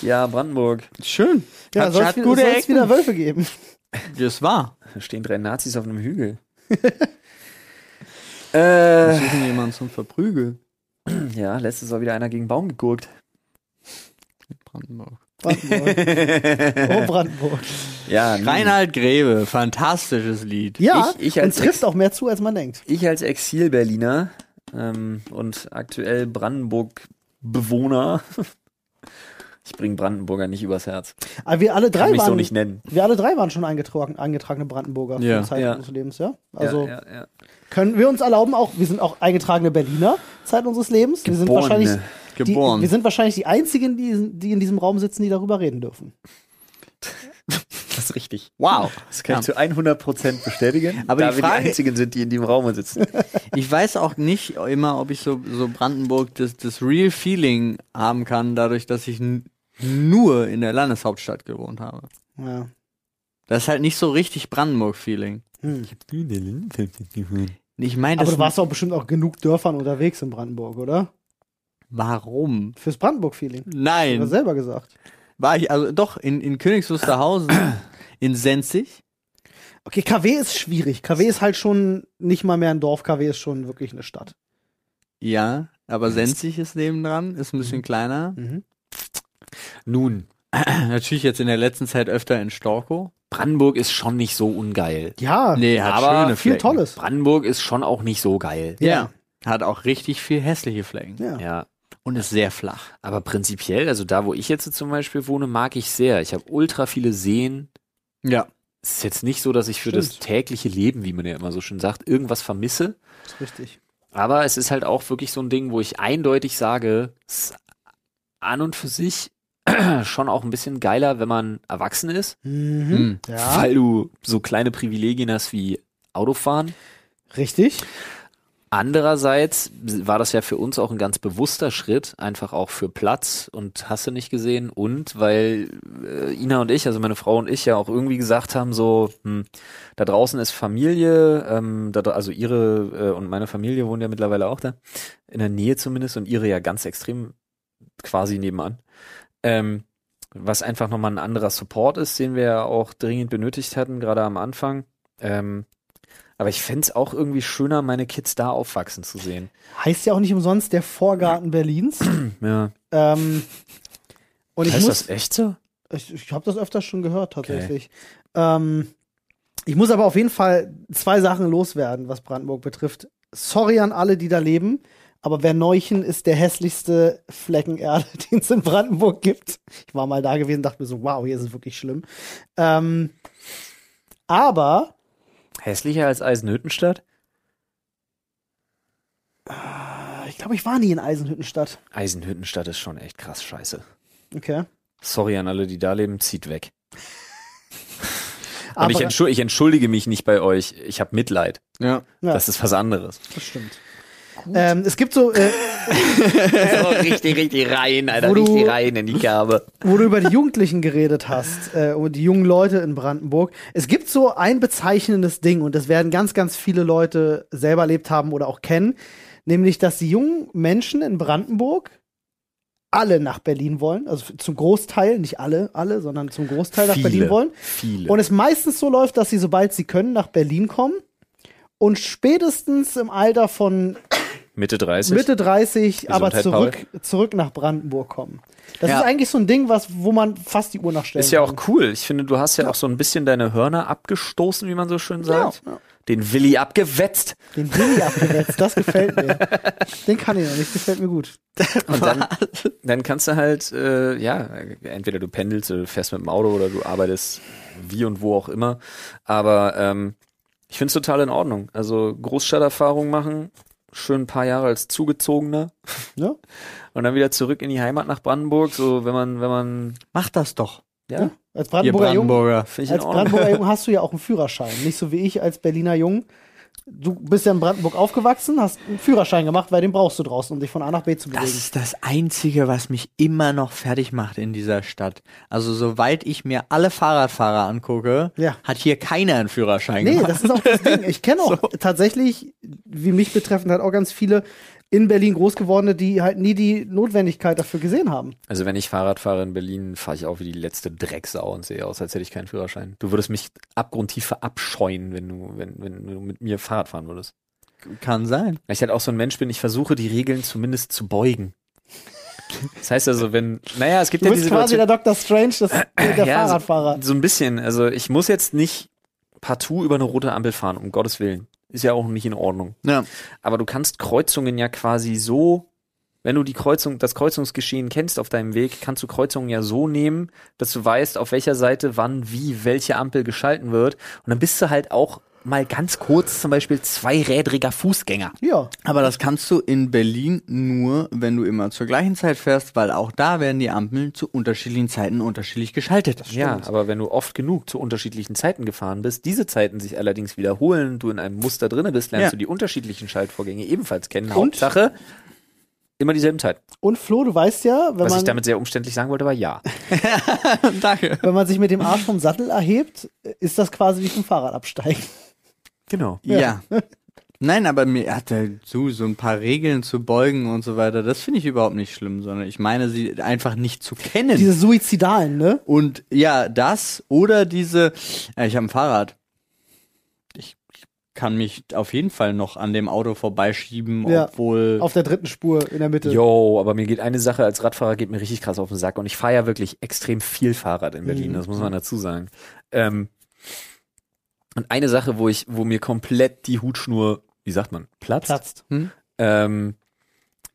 Ja, Brandenburg.
Schön.
Ja,
hat,
soll
hat gute
es
Ecken.
wieder Wölfe geben?
Das war.
Da stehen drei Nazis auf einem Hügel.
Wir
äh,
suchen jemanden zum Verprügeln.
ja, letztes war wieder einer gegen Baum gegurkt.
Brandenburg.
Brandenburg. Oh, Brandenburg.
Ja, nun.
Reinhard Grebe, fantastisches Lied.
Hm. Ja,
Ich- ich als
und trifft auch mehr zu, als man denkt.
ich als Exil-Berliner ähm, und aktuell Brandenburg-Bewohner. Ich bringe Brandenburger nicht übers Herz.
Aber wir alle
Kann
drei
mich so
waren,
nicht nennen.
wir alle drei waren schon eingetragen, eingetragene Brandenburger für
Ja.
die Zeit
Ja.
unseres Lebens, ja? Also
ja, ja, ja.
können wir uns erlauben, auch wir sind auch eingetragene Berliner Zeit unseres Lebens. Wir sind
Geborene.
wahrscheinlich die,
Geboren.
wir sind wahrscheinlich die einzigen, die, die in diesem Raum sitzen, die darüber reden dürfen.
das ist richtig.
wow.
Das kann ich zu 100% bestätigen.
Aber
da
die
wir
Frage-
die Einzigen sind, die in dem Raum sitzen.
Ich weiß auch nicht immer, ob ich so, so Brandenburg das, das Real Feeling haben kann, dadurch, dass ich n- nur in der Landeshauptstadt gewohnt habe.
Ja.
Das ist halt nicht so richtig Brandenburg-Feeling.
Hm.
Ich meine,
Aber
das
du warst auch bestimmt auch genug Dörfern unterwegs in Brandenburg, oder?
warum?
Fürs Brandenburg-Feeling. Du hast
Nein,
selber gesagt.
war ich also doch in, in Königs Wusterhausen, in Senzig.
Okay, KW ist schwierig. KW ist halt schon nicht mal mehr ein Dorf. KW ist schon wirklich eine Stadt.
Ja, aber Senzig ist nebendran, ist ein
Mhm.
bisschen kleiner.
Nun,
Natürlich jetzt in der letzten Zeit öfter in Storkow.
Brandenburg ist schon nicht so ungeil.
Ja,
Nee, hat
Aber
schöne
viel
Flecken.
Tolles.
Brandenburg ist schon auch nicht so geil.
Ja. Hat auch richtig viel hässliche Flecken.
Ja.
Ja.
Und ist sehr flach.
Aber prinzipiell, also da, wo ich jetzt zum Beispiel wohne, mag ich sehr. Ich habe ultra viele Seen.
Ja.
Es ist jetzt nicht so, dass ich für das
Stimmt.
tägliche Leben, wie man ja immer so schön sagt, irgendwas vermisse.
Ist richtig.
Aber es ist halt auch wirklich so ein Ding, wo ich eindeutig sage, es ist an und für sich schon auch ein bisschen geiler, wenn man erwachsen ist,
Mhm. Ja,
weil du so kleine Privilegien hast wie Autofahren.
richtig.
Andererseits war das ja für uns auch ein ganz bewusster Schritt, einfach auch für Platz und hast du nicht gesehen und weil äh, Ina und ich, also meine Frau und ich ja auch irgendwie gesagt haben, so hm, da draußen ist Familie, ähm, da, dra- also ihre äh, und meine Familie wohnen ja mittlerweile auch da, in der Nähe zumindest und ihre ja ganz extrem quasi nebenan. Ähm, was einfach nochmal ein anderer Support ist, den wir ja auch dringend benötigt hatten, gerade am Anfang. Ähm, Aber ich fänd's auch irgendwie schöner, meine Kids da aufwachsen zu sehen.
Heißt ja auch nicht umsonst der Vorgarten Berlins.
Ja.
ähm, und ich
heißt
muss,
das echt so?
Ich, ich habe das öfters schon gehört, tatsächlich. Ähm, ich muss aber auf jeden Fall zwei Sachen loswerden, was Brandenburg betrifft. Sorry an alle, die da leben, aber Verneuchen ist der hässlichste Flecken Erde, den es in Brandenburg gibt. Ich war mal da gewesen, dachte mir so, wow, hier ist es wirklich schlimm. Ähm, aber
Hässlicher als Eisenhüttenstadt?
äh, ich glaube, ich war nie in Eisenhüttenstadt.
Eisenhüttenstadt ist schon echt krass scheiße.
Okay.
Sorry an alle, die da leben, zieht weg. Und
Aber-
ich, entschu ich entschuldige mich nicht bei euch. Ich habe Mitleid.
Ja.
Ja.
Das ist was anderes.
Das stimmt. Ähm, es gibt so, äh,
richtig, richtig rein,
Wo
Alter.
du-
Richtig rein in die Kerbe.
wo du über die Jugendlichen geredet hast, äh, und die jungen Leute in Brandenburg. Es gibt so ein bezeichnendes Ding und das werden ganz, ganz viele Leute selber erlebt haben oder auch kennen, nämlich, dass die jungen Menschen in Brandenburg alle nach Berlin wollen, also f- zum Großteil, nicht alle, alle, sondern zum Großteil nach Berlin wollen.
Viele.
Und es meistens so läuft, dass sie, sobald sie können, nach Berlin kommen und spätestens im Alter von
Mitte 30.
Mitte 30, aber
Gesundheit,
zurück, zurück nach Brandenburg kommen. Das
Ja.
ist eigentlich so ein Ding, was, wo man fast die Uhr nachstellen
Ist ja auch
kann.
cool. Ich finde, du hast ja, auch so ein bisschen deine Hörner abgestoßen, wie man so schön sagt.
Ja, ja.
Den Willi abgewetzt.
Den Willi abgewetzt, das gefällt mir. Den kann ich noch nicht, gefällt mir gut.
Und dann, dann kannst du halt, äh, ja, entweder du pendelst oder du fährst mit dem Auto oder du arbeitest wie und wo auch immer. Aber ähm, ich finde es total in Ordnung. Also Großstadterfahrung machen, schön ein paar Jahre als Zugezogener
Ne?
und dann wieder zurück in die Heimat nach Brandenburg. So, wenn man, wenn man,
Mach das doch.
ja,
Ja. Als Brandenburger Jung,
Brandenburger.
finde ich in
als
Ordnung.
Brandenburger Jung hast du ja auch einen Führerschein. Nicht so wie ich als Berliner Jung. Du bist ja in Brandenburg aufgewachsen, hast einen Führerschein gemacht, weil den brauchst du draußen, um dich von A nach B zu bewegen.
Das ist das Einzige, was mich immer noch fertig macht in dieser Stadt. Also soweit ich mir alle Fahrradfahrer angucke,
Ja.
hat hier keiner einen Führerschein
Genau.
Nee,
gemacht.
das ist auch das Ding. Ich kenne auch tatsächlich, wie mich betreffend, halt auch ganz viele in Berlin groß gewordene, die halt nie die Notwendigkeit dafür gesehen haben.
Also wenn ich Fahrrad fahre in Berlin, fahre ich auch wie die letzte Drecksau und sehe aus, als hätte ich keinen Führerschein. Du würdest mich abgrundtief verabscheuen, wenn du, wenn, wenn du mit mir Fahrrad fahren würdest.
Kann sein.
Weil ich halt auch so ein Mensch bin, ich versuche die Regeln zumindest zu beugen. Das heißt also, wenn, naja, es gibt
Du
ja
bist
diese
quasi der Dr. Strange, das, der
Ja, so-
Fahrradfahrer.
So ein bisschen, also ich muss jetzt nicht partout über eine rote Ampel fahren, um Gottes Willen. Ist ja auch nicht in Ordnung.
Ja.
Aber du kannst Kreuzungen ja quasi so, wenn du die Kreuzung, das Kreuzungsgeschehen kennst auf deinem Weg, kannst du Kreuzungen ja so nehmen, dass du weißt, auf welcher Seite wann wie welche Ampel geschalten wird. Und dann bist du halt auch mal ganz kurz zum Beispiel zweirädriger Fußgänger.
ja.
Aber das kannst du in Berlin nur, wenn du immer zur gleichen Zeit fährst, weil auch da werden die Ampeln zu unterschiedlichen Zeiten unterschiedlich geschaltet.
Ja, aber wenn du oft genug zu unterschiedlichen Zeiten gefahren bist, diese Zeiten sich allerdings wiederholen, du in einem Muster drinne bist, lernst
Ja.
du die unterschiedlichen Schaltvorgänge ebenfalls kennen.
Und?
Hauptsache immer dieselben Zeit.
Und Flo, du weißt ja, wenn
Was ich
man,
damit sehr umständlich sagen wollte, war ja.
danke.
wenn man sich mit dem Arsch vom Sattel erhebt, ist das quasi wie vom Fahrrad absteigen.
Genau.
Ja. Nein, aber mir hat er so, so ein paar Regeln zu beugen und so weiter, das finde ich überhaupt nicht schlimm, sondern ich meine, sie einfach nicht zu kennen.
Diese Suizidalen, ne?
und ja, das oder diese, äh, ich habe ein Fahrrad. Ich kann mich auf jeden Fall noch an dem Auto vorbeischieben,
Ja.
obwohl.
Auf der dritten Spur in der Mitte.
Yo, aber mir geht eine Sache als Radfahrer geht mir richtig krass auf den Sack und ich fahre ja wirklich extrem viel Fahrrad in Berlin, das muss man dazu sagen. Ähm, und eine Sache, wo ich, wo mir komplett die Hutschnur, wie sagt man, platzt,
Platzt.
hm?
ähm,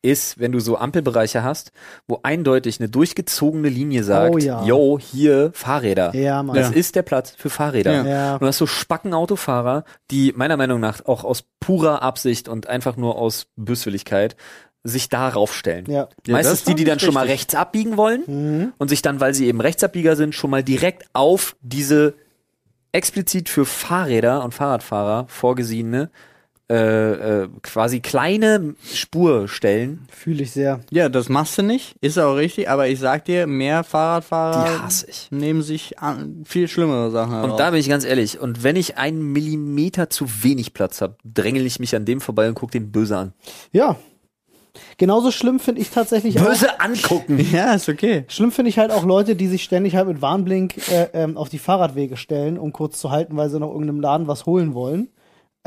ist, wenn du so Ampelbereiche hast, wo eindeutig eine durchgezogene Linie sagt,
Oh ja.
yo, hier Fahrräder.
Ja, Mann.
Das ist der Platz für Fahrräder.
Ja.
Ja.
Und du hast so spacken Autofahrer, die meiner Meinung nach auch aus purer Absicht und einfach nur aus Böswilligkeit sich darauf stellen.
Ja.
Ja, das
Meistens die, die
fand
dann
ich
schon mal
richtig.
rechts abbiegen wollen und sich dann, weil sie eben Rechtsabbieger sind, schon mal direkt auf diese explizit für Fahrräder und Fahrradfahrer vorgesehene äh, äh, quasi kleine Spur stellen.
Fühle ich sehr.
Ja, das machst du nicht, ist auch richtig, aber ich sag dir, mehr Fahrradfahrer
Die hasse ich.
nehmen sich an, viel schlimmere Sachen
Und
heraus.
da bin ich ganz ehrlich. Und wenn ich einen Millimeter zu wenig Platz habe, drängel ich mich an dem vorbei und guck den böse an.
Ja. Genauso schlimm finde ich tatsächlich auch.
Böse angucken.
Ja, ist okay.
Schlimm finde ich halt auch Leute, die sich ständig halt mit Warnblink äh, ähm, auf die Fahrradwege stellen, um kurz zu halten, weil sie noch irgendeinem Laden was holen wollen.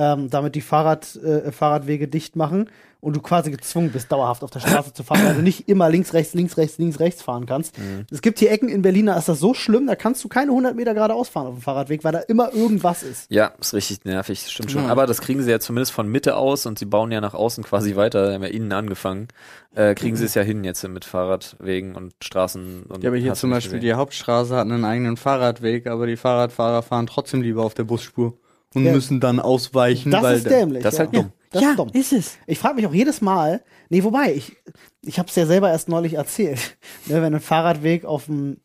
ähm, damit die Fahrrad, äh, Fahrradwege dicht machen und du quasi gezwungen bist, dauerhaft auf der Straße zu fahren, weil du nicht immer links, rechts, links, rechts, links, rechts fahren kannst.
Mhm.
Es gibt hier Ecken in Berlin, da ist das so schlimm, da kannst du keine 100 Meter geradeaus fahren auf dem Fahrradweg, weil da immer irgendwas ist.
Ja, ist richtig nervig, das stimmt schon.
Hm.
Aber das kriegen sie ja zumindest von Mitte aus und sie bauen ja nach außen quasi weiter, haben ja innen angefangen. Äh, kriegen
Mhm.
sie es ja hin jetzt mit Fahrradwegen und Straßen und
Ja, aber hier
hast
zum
du nicht
Beispiel
gesehen.
die Hauptstraße hat einen eigenen Fahrradweg, aber die Fahrradfahrer fahren trotzdem lieber auf der Busspur und
Ja.
müssen dann ausweichen,
Das
weil
ist
der-
dämlich.
das ist halt dumm.
Das
ja,
ist dumm.
ist es.
Ich frage mich auch jedes Mal, nee, wobei, ich, ich habe es ja selber erst neulich erzählt, ne, wenn du einen Fahrradweg auf dem,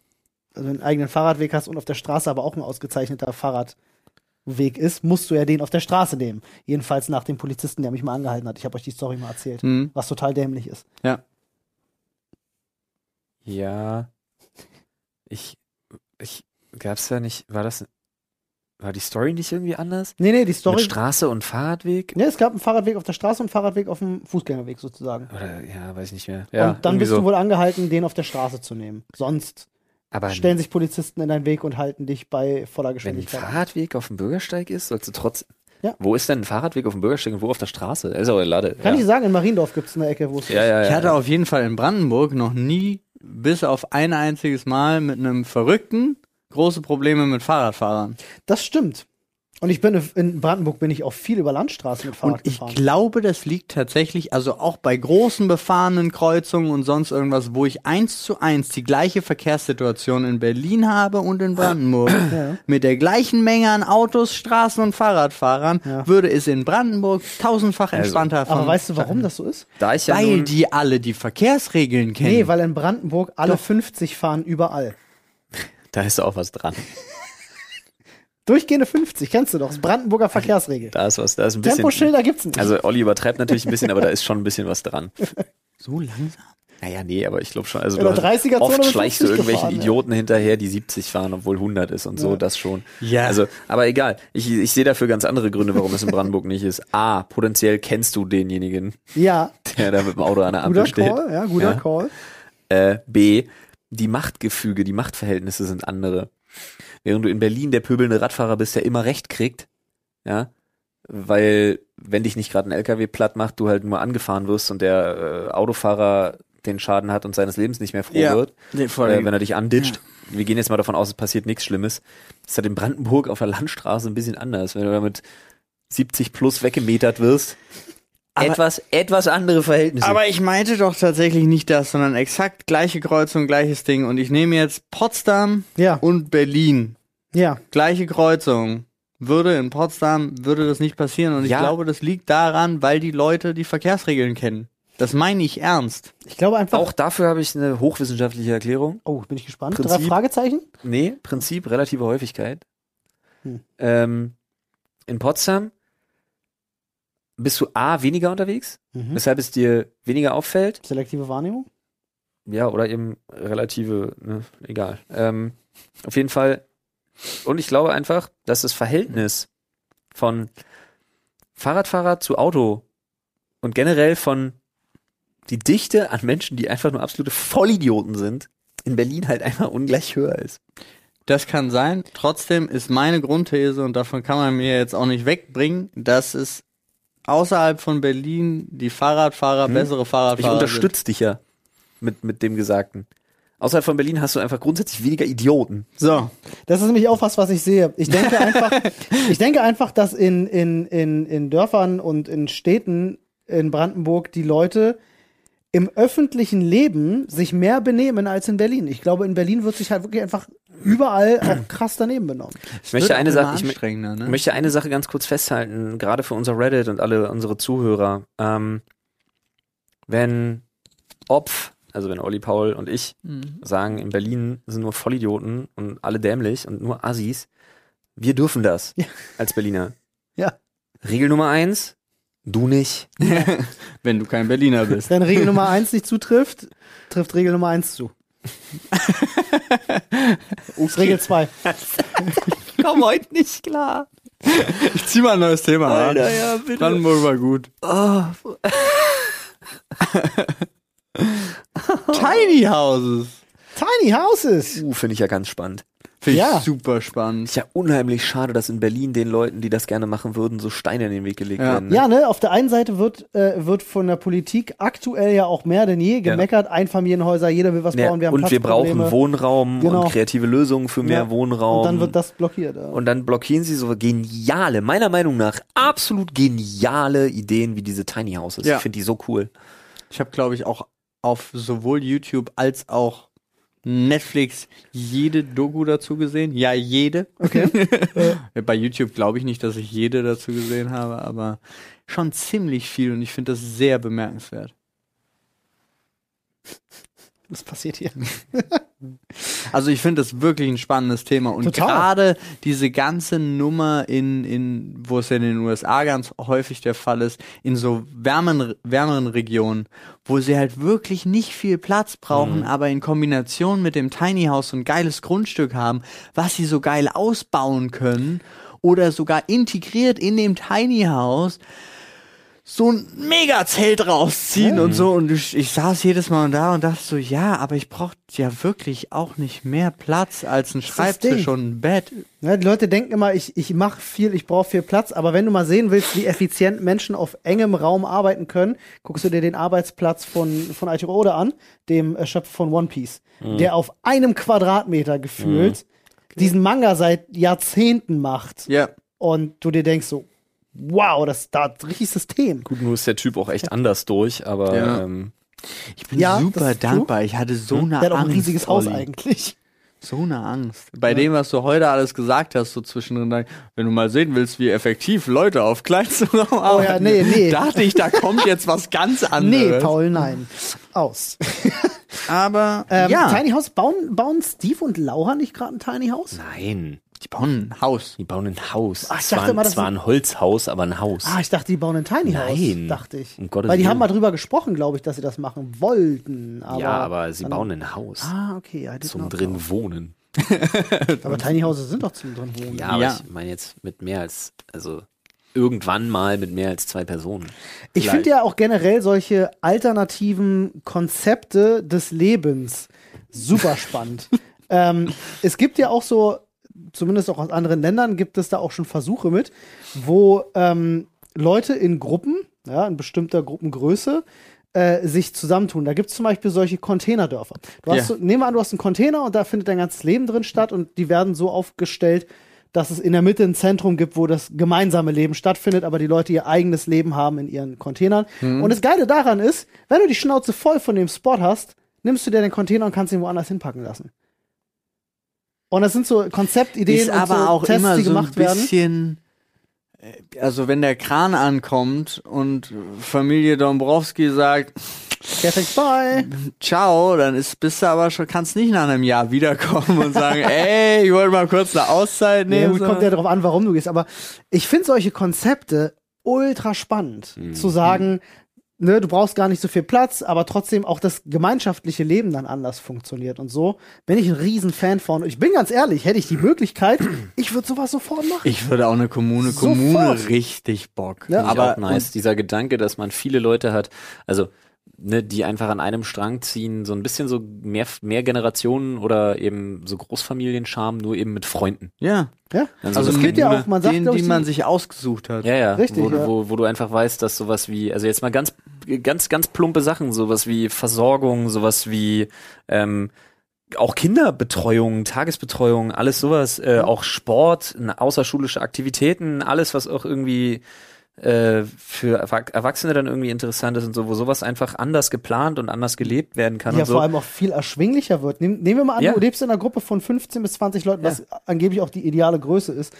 also einen eigenen Fahrradweg hast und auf der Straße aber auch ein ausgezeichneter Fahrradweg ist, musst du ja den auf der Straße nehmen. Jedenfalls nach dem Polizisten, der mich mal angehalten hat. Ich habe euch die Story mal erzählt,
Hm.
was total dämlich ist.
Ja.
Ja. Ich, ich, gab's da nicht, war das, war die Story nicht irgendwie anders?
Nee, nee, die Story.
Mit Straße und Fahrradweg?
Nee, es gab einen Fahrradweg auf der Straße und einen Fahrradweg auf dem Fußgängerweg sozusagen.
Oder, ja, weiß ich nicht mehr. Ja,
und dann
irgendwie
bist
so.
du wohl angehalten, den auf der Straße zu nehmen. Sonst
Aber
stellen sich Polizisten in deinen Weg und halten dich bei voller
wenn ein
Geschwindigkeit. an.
Fahrradweg auf dem Bürgersteig ist, sollst du trotz,
Ja.
wo ist denn ein Fahrradweg auf dem Bürgersteig und wo auf der Straße? Das ist aber Lade.
Kann
ja.
ich sagen, in Mariendorf gibt es eine Ecke, wo es
ja, ja, ja.
Ich hatte auf jeden Fall in Brandenburg noch nie, bis auf ein einziges Mal mit einem Verrückten, große Probleme mit Fahrradfahrern.
Das stimmt. Und ich bin in Brandenburg bin ich auch viel über Landstraßen mit Fahrrad
Und ich
gefahren.
glaube, das liegt tatsächlich, also auch bei großen befahrenen Kreuzungen und sonst irgendwas, wo ich eins zu eins die gleiche Verkehrssituation in Berlin habe und in Brandenburg.
Ja.
Mit der gleichen Menge an Autos, Straßen und Fahrradfahrern
Ja.
würde es in Brandenburg tausendfach
Also,
entspannter
Aber
von-
weißt du, warum das so ist?
da ich ja
Weil
nun,
die alle die Verkehrsregeln kennen.
Nee, weil in Brandenburg alle 50 fahren überall.
da ist auch was dran.
Durchgehende 50, kennst du doch, ist Brandenburger Verkehrsregel.
Also, Da ist was, da ist ein bisschen.
Temposchilder gibt's nicht.
Also Olli übertreibt natürlich ein bisschen, aber da ist schon ein bisschen was dran.
so langsam.
Naja, nee, aber ich glaube schon, also
In
du
der
hast-
30er-Zone
oft
mit
schleichst du
50
irgendwelchen
gefahren, ja.
Idioten hinterher, die 70 fahren, obwohl 100 ist und so, das schon.
Ja.
Also, aber egal. Ich, ich sehe dafür ganz andere Gründe, warum es in Brandenburg nicht ist. A, potenziell kennst du denjenigen,
ja,
der da mit dem Auto an der Ampel
guter
steht.
Call, ja, guter
Ja.
Call.
Äh, B, die Machtgefüge, die Machtverhältnisse sind andere. Während du in Berlin der pöbelnde Radfahrer bist, der immer recht kriegt, ja, weil wenn dich nicht gerade ein LKW platt macht, du halt nur angefahren wirst und der äh, Autofahrer den Schaden hat und seines Lebens nicht mehr froh
Ja.
wird,
Nee, vor
äh,
allem-
wenn er dich anditscht. Wir gehen jetzt mal davon aus, es passiert nichts Schlimmes. Das ist halt in Brandenburg auf der Landstraße ein bisschen anders, wenn du damit 70 plus weggemetert wirst.
Aber-
etwas, etwas andere Verhältnisse.
Aber ich meinte doch tatsächlich nicht das, sondern exakt gleiche Kreuzung, gleiches Ding. Und ich nehme jetzt Potsdam
Ja,
und Berlin.
ja.
Gleiche Kreuzung. Würde in Potsdam, würde das nicht passieren. Und
Ja.
ich glaube, das liegt daran, weil die Leute die Verkehrsregeln kennen. Das meine ich ernst.
Ich glaube einfach.
auch dafür habe ich eine hochwissenschaftliche Erklärung.
oh, bin ich gespannt.
Prinzip-
Drei Fragezeichen?
Nee, Prinzip relative Häufigkeit.
Hm.
Ähm, in Potsdam bist du A weniger unterwegs,
Mhm.
weshalb es dir weniger auffällt.
Selektive Wahrnehmung?
Ja, oder eben relative, ne, egal. Ähm, auf jeden Fall. Und ich glaube einfach, dass das Verhältnis von Fahrradfahrer zu Auto und generell von die Dichte an Menschen, die einfach nur absolute Vollidioten sind, in Berlin halt einfach ungleich höher ist.
Das kann sein. Trotzdem ist meine Grundthese, und davon kann man mir jetzt auch nicht wegbringen, dass es außerhalb von Berlin die Fahrradfahrer bessere
Hm? Ich
Fahrradfahrer sind.
unterstütze dich ja mit, mit dem Gesagten. Außerhalb von Berlin hast du einfach grundsätzlich weniger Idioten.
So.
Das ist nämlich auch was, was ich sehe. Ich denke einfach, ich denke einfach, dass in, in, in, in Dörfern und in Städten in Brandenburg die Leute im öffentlichen Leben sich mehr benehmen als in Berlin. Ich glaube, in Berlin wird sich halt wirklich einfach überall auch krass daneben benommen.
Ich möchte, eine Sache, ich, mö-
anstrengender, ne?
möchte eine Sache ganz kurz festhalten, gerade für unser Reddit und alle unsere Zuhörer. Ähm, wenn Opf, also wenn Olli Paul und ich sagen, in Berlin sind nur Vollidioten und alle dämlich und nur Assis, wir dürfen das als Berliner.
Ja.
Regel Nummer eins, du nicht.
Wenn du kein Berliner bist.
Wenn Regel Nummer eins nicht zutrifft, trifft Regel Nummer eins zu. Ups, Regel zwei.
Komm heute nicht klar.
Ich zieh mal ein neues Thema
Alter,
an.
ja, bitte. Oh.
Brandenburg war gut. Tiny Houses.
Tiny Houses.
Uh, finde ich ja ganz spannend.
Finde ich
Ja.
super spannend.
Ist ja unheimlich schade, dass in Berlin den Leuten, die das gerne machen würden, so Steine in den Weg gelegt
Ja.
werden. ne?
Ja, ne, auf der einen Seite wird, äh, wird von der Politik aktuell ja auch mehr denn je gemeckert. Einfamilienhäuser, jeder will was
Ja,
bauen, wir haben
und wir brauchen
Platzprobleme.
Wohnraum
Genau.
und kreative Lösungen für mehr
Ja.
Wohnraum.
Und dann wird das blockiert. Ja.
Und dann blockieren sie so geniale, meiner Meinung nach absolut geniale Ideen wie diese Tiny Houses.
Ja.
Ich finde die so cool.
Ich habe, glaube ich, auch auf sowohl YouTube als auch Netflix jede Doku dazu gesehen. Ja, jede. Okay. Bei YouTube glaube ich nicht, dass ich jede dazu gesehen habe, aber schon ziemlich viel und ich finde das sehr bemerkenswert.
Was passiert hier?
Also ich finde das wirklich ein spannendes Thema und
Total.
gerade diese ganze Nummer in, in, wo es ja in den USA ganz häufig der Fall ist, in so wärmen, wärmeren Regionen, wo sie halt wirklich nicht viel Platz brauchen, aber in Kombination mit dem Tiny House so ein geiles Grundstück haben, was sie so geil ausbauen können oder sogar integriert in dem Tiny House so ein Mega-Zelt rausziehen und so. Und ich, ich saß jedes Mal da und dachte so, ja, aber ich brauche ja wirklich auch nicht mehr Platz als ein
das
Schreibtisch
Ding.
und ein Bett.
Ja, Ne? die Leute denken immer, ich, ich mache viel, ich brauche viel Platz, aber wenn du mal sehen willst, wie effizient Menschen auf engem Raum arbeiten können, guckst du dir den Arbeitsplatz von, von Aichiro Oda an, dem äh, Schöpfer von One Piece,
Mhm.
der auf einem Quadratmeter gefühlt diesen Manga seit Jahrzehnten macht
Ja.
und du dir denkst so, wow, das da hat richtig System.
Gut, nur ist der Typ auch echt anders durch, aber
Ja.
ähm,
Ich bin
Ja, das
super
ist true.
dankbar. Ich hatte so eine
Der hat auch
Angst.
ein riesiges Haus
Olli.
eigentlich.
So eine Angst. Bei dem, was du heute alles gesagt hast, so zwischendrin, da- wenn du mal sehen willst, wie effektiv Leute auf kleinstem Raum arbeiten,
ja, nee, nee.
dachte ich, da kommt jetzt was ganz anderes.
Nee, Paul, nein. Aus.
Aber
Ähm,
ja,
Tiny House, bauen, bauen Steve und Laura nicht gerade ein Tiny House?
nein,
die bauen ein Haus.
die bauen ein Haus.
Ach, Ah, ich
Es
dachte
war, ein-
immer, das
es war
sind-
ein Holzhaus, aber ein Haus.
Ah, ich dachte, die bauen ein Tiny
Nein.
House, dachte ich.
Um Gottes
Weil die
Willen.
haben mal drüber gesprochen, glaube ich, dass sie das machen wollten. Aber
ja, aber sie
dann-
bauen ein Haus
Ah, okay. I did
zum
not
drin wohnen.
know. Aber Tiny Houses sind doch zum drin wohnen.
Ja, aber
Ja.
ich meine jetzt mit mehr als, also irgendwann mal mit mehr als zwei Personen.
ich finde ja auch generell solche alternativen Konzepte des Lebens super spannend. ähm, es gibt ja auch so, zumindest auch aus anderen Ländern, gibt es da auch schon Versuche mit, wo ähm, Leute in Gruppen, ja, in bestimmter Gruppengröße, äh, sich zusammentun. Da gibt es zum Beispiel solche Containerdörfer. Du hast,
Ja.
so, nehmen wir an, du hast einen Container und da findet dein ganzes Leben drin statt und die werden so aufgestellt, dass es in der Mitte ein Zentrum gibt, wo das gemeinsame Leben stattfindet, aber die Leute ihr eigenes Leben haben in ihren Containern. Und das Geile daran ist, wenn du die Schnauze voll von dem Spot hast, nimmst du dir den Container und kannst ihn woanders hinpacken lassen. Und das sind so Konzeptideen
ist
und
aber
so
auch
Tests,
immer
die
so ein
gemacht werden.
bisschen, äh, also wenn der Kran ankommt und Familie Dombrowski sagt,
Perfekt, bye.
ciao, dann ist, bist du aber schon, kannst nicht nach einem Jahr wiederkommen und sagen, ey, ich wollte mal kurz eine Auszeit
Nee,
nehmen.
gut, kommt ja darauf an, warum du gehst. Aber ich finde solche Konzepte ultra spannend. Zu sagen, ne, du brauchst gar nicht so viel Platz, aber trotzdem auch das gemeinschaftliche Leben dann anders funktioniert und so. Bin ich ein riesen Fan von. Und Ich bin ganz ehrlich, hätte ich die Möglichkeit, ich würde sowas sofort machen.
ich würde auch eine Kommune,
Sofort.
Kommune richtig Bock.
Ja.
Finde
aber
ich auch nice. Dieser Gedanke, dass man viele Leute hat, also ne, die einfach an einem Strang ziehen, so ein bisschen so mehr, mehr Generationen oder eben so Großfamilienscham, nur eben mit Freunden.
ja,
ja?
Also
Also
das
es gibt ja
Kommune,
auch, man sagt,
den,
glaub
die
ich,
man sich ausgesucht hat.
Ja, ja.
Richtig,
wo,
ja.
Wo, wo du einfach weißt, dass sowas wie, also jetzt mal ganz, ganz, ganz plumpe Sachen, sowas wie Versorgung, sowas wie ähm, auch Kinderbetreuung, Tagesbetreuung, alles sowas, äh, auch Sport, n- außerschulische Aktivitäten, alles, was auch irgendwie äh, für Erwach- Erwachsene dann irgendwie interessant ist und so, wo sowas einfach anders geplant und anders gelebt werden kann
ja
und so.
vor allem auch viel erschwinglicher wird. Nehm, nehmen wir mal an,
Ja.
du lebst in einer Gruppe von 15 bis 20 Leuten, was angeblich auch die ideale Größe ist.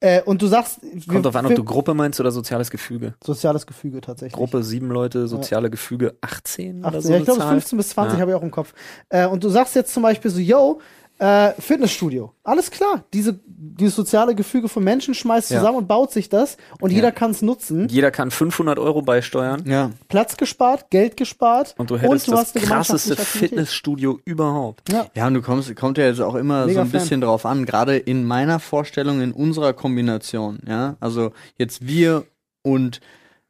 Äh, und du sagst, wir-
Kommt drauf an, ob
wir-
du Gruppe meinst oder soziales Gefüge.
soziales Gefüge tatsächlich.
Gruppe sieben Leute, soziale Gefüge 18, oder
18,
so.
ja,
eine
ich glaube, es ist
Zahl.
15 bis 20
Ja.
habe ich auch im Kopf. Äh, und du sagst jetzt zum Beispiel so, yo, äh, Fitnessstudio. Alles klar. Diese, dieses soziale Gefüge von Menschen schmeißt
Ja.
zusammen und baut sich das und jeder kann es nutzen.
Jeder kann 500 Euro beisteuern.
Ja.
Platz gespart, Geld gespart
Und du
und
hättest
du
das
hast eine
krasseste
gemeinschaftliche Aktivität.
Fitnessstudio überhaupt.
Ja, und du kommst, kommt ja jetzt auch immer
Mega
so ein
Fan.
bisschen drauf an, gerade in meiner Vorstellung, in unserer Kombination, ja. Also jetzt wir und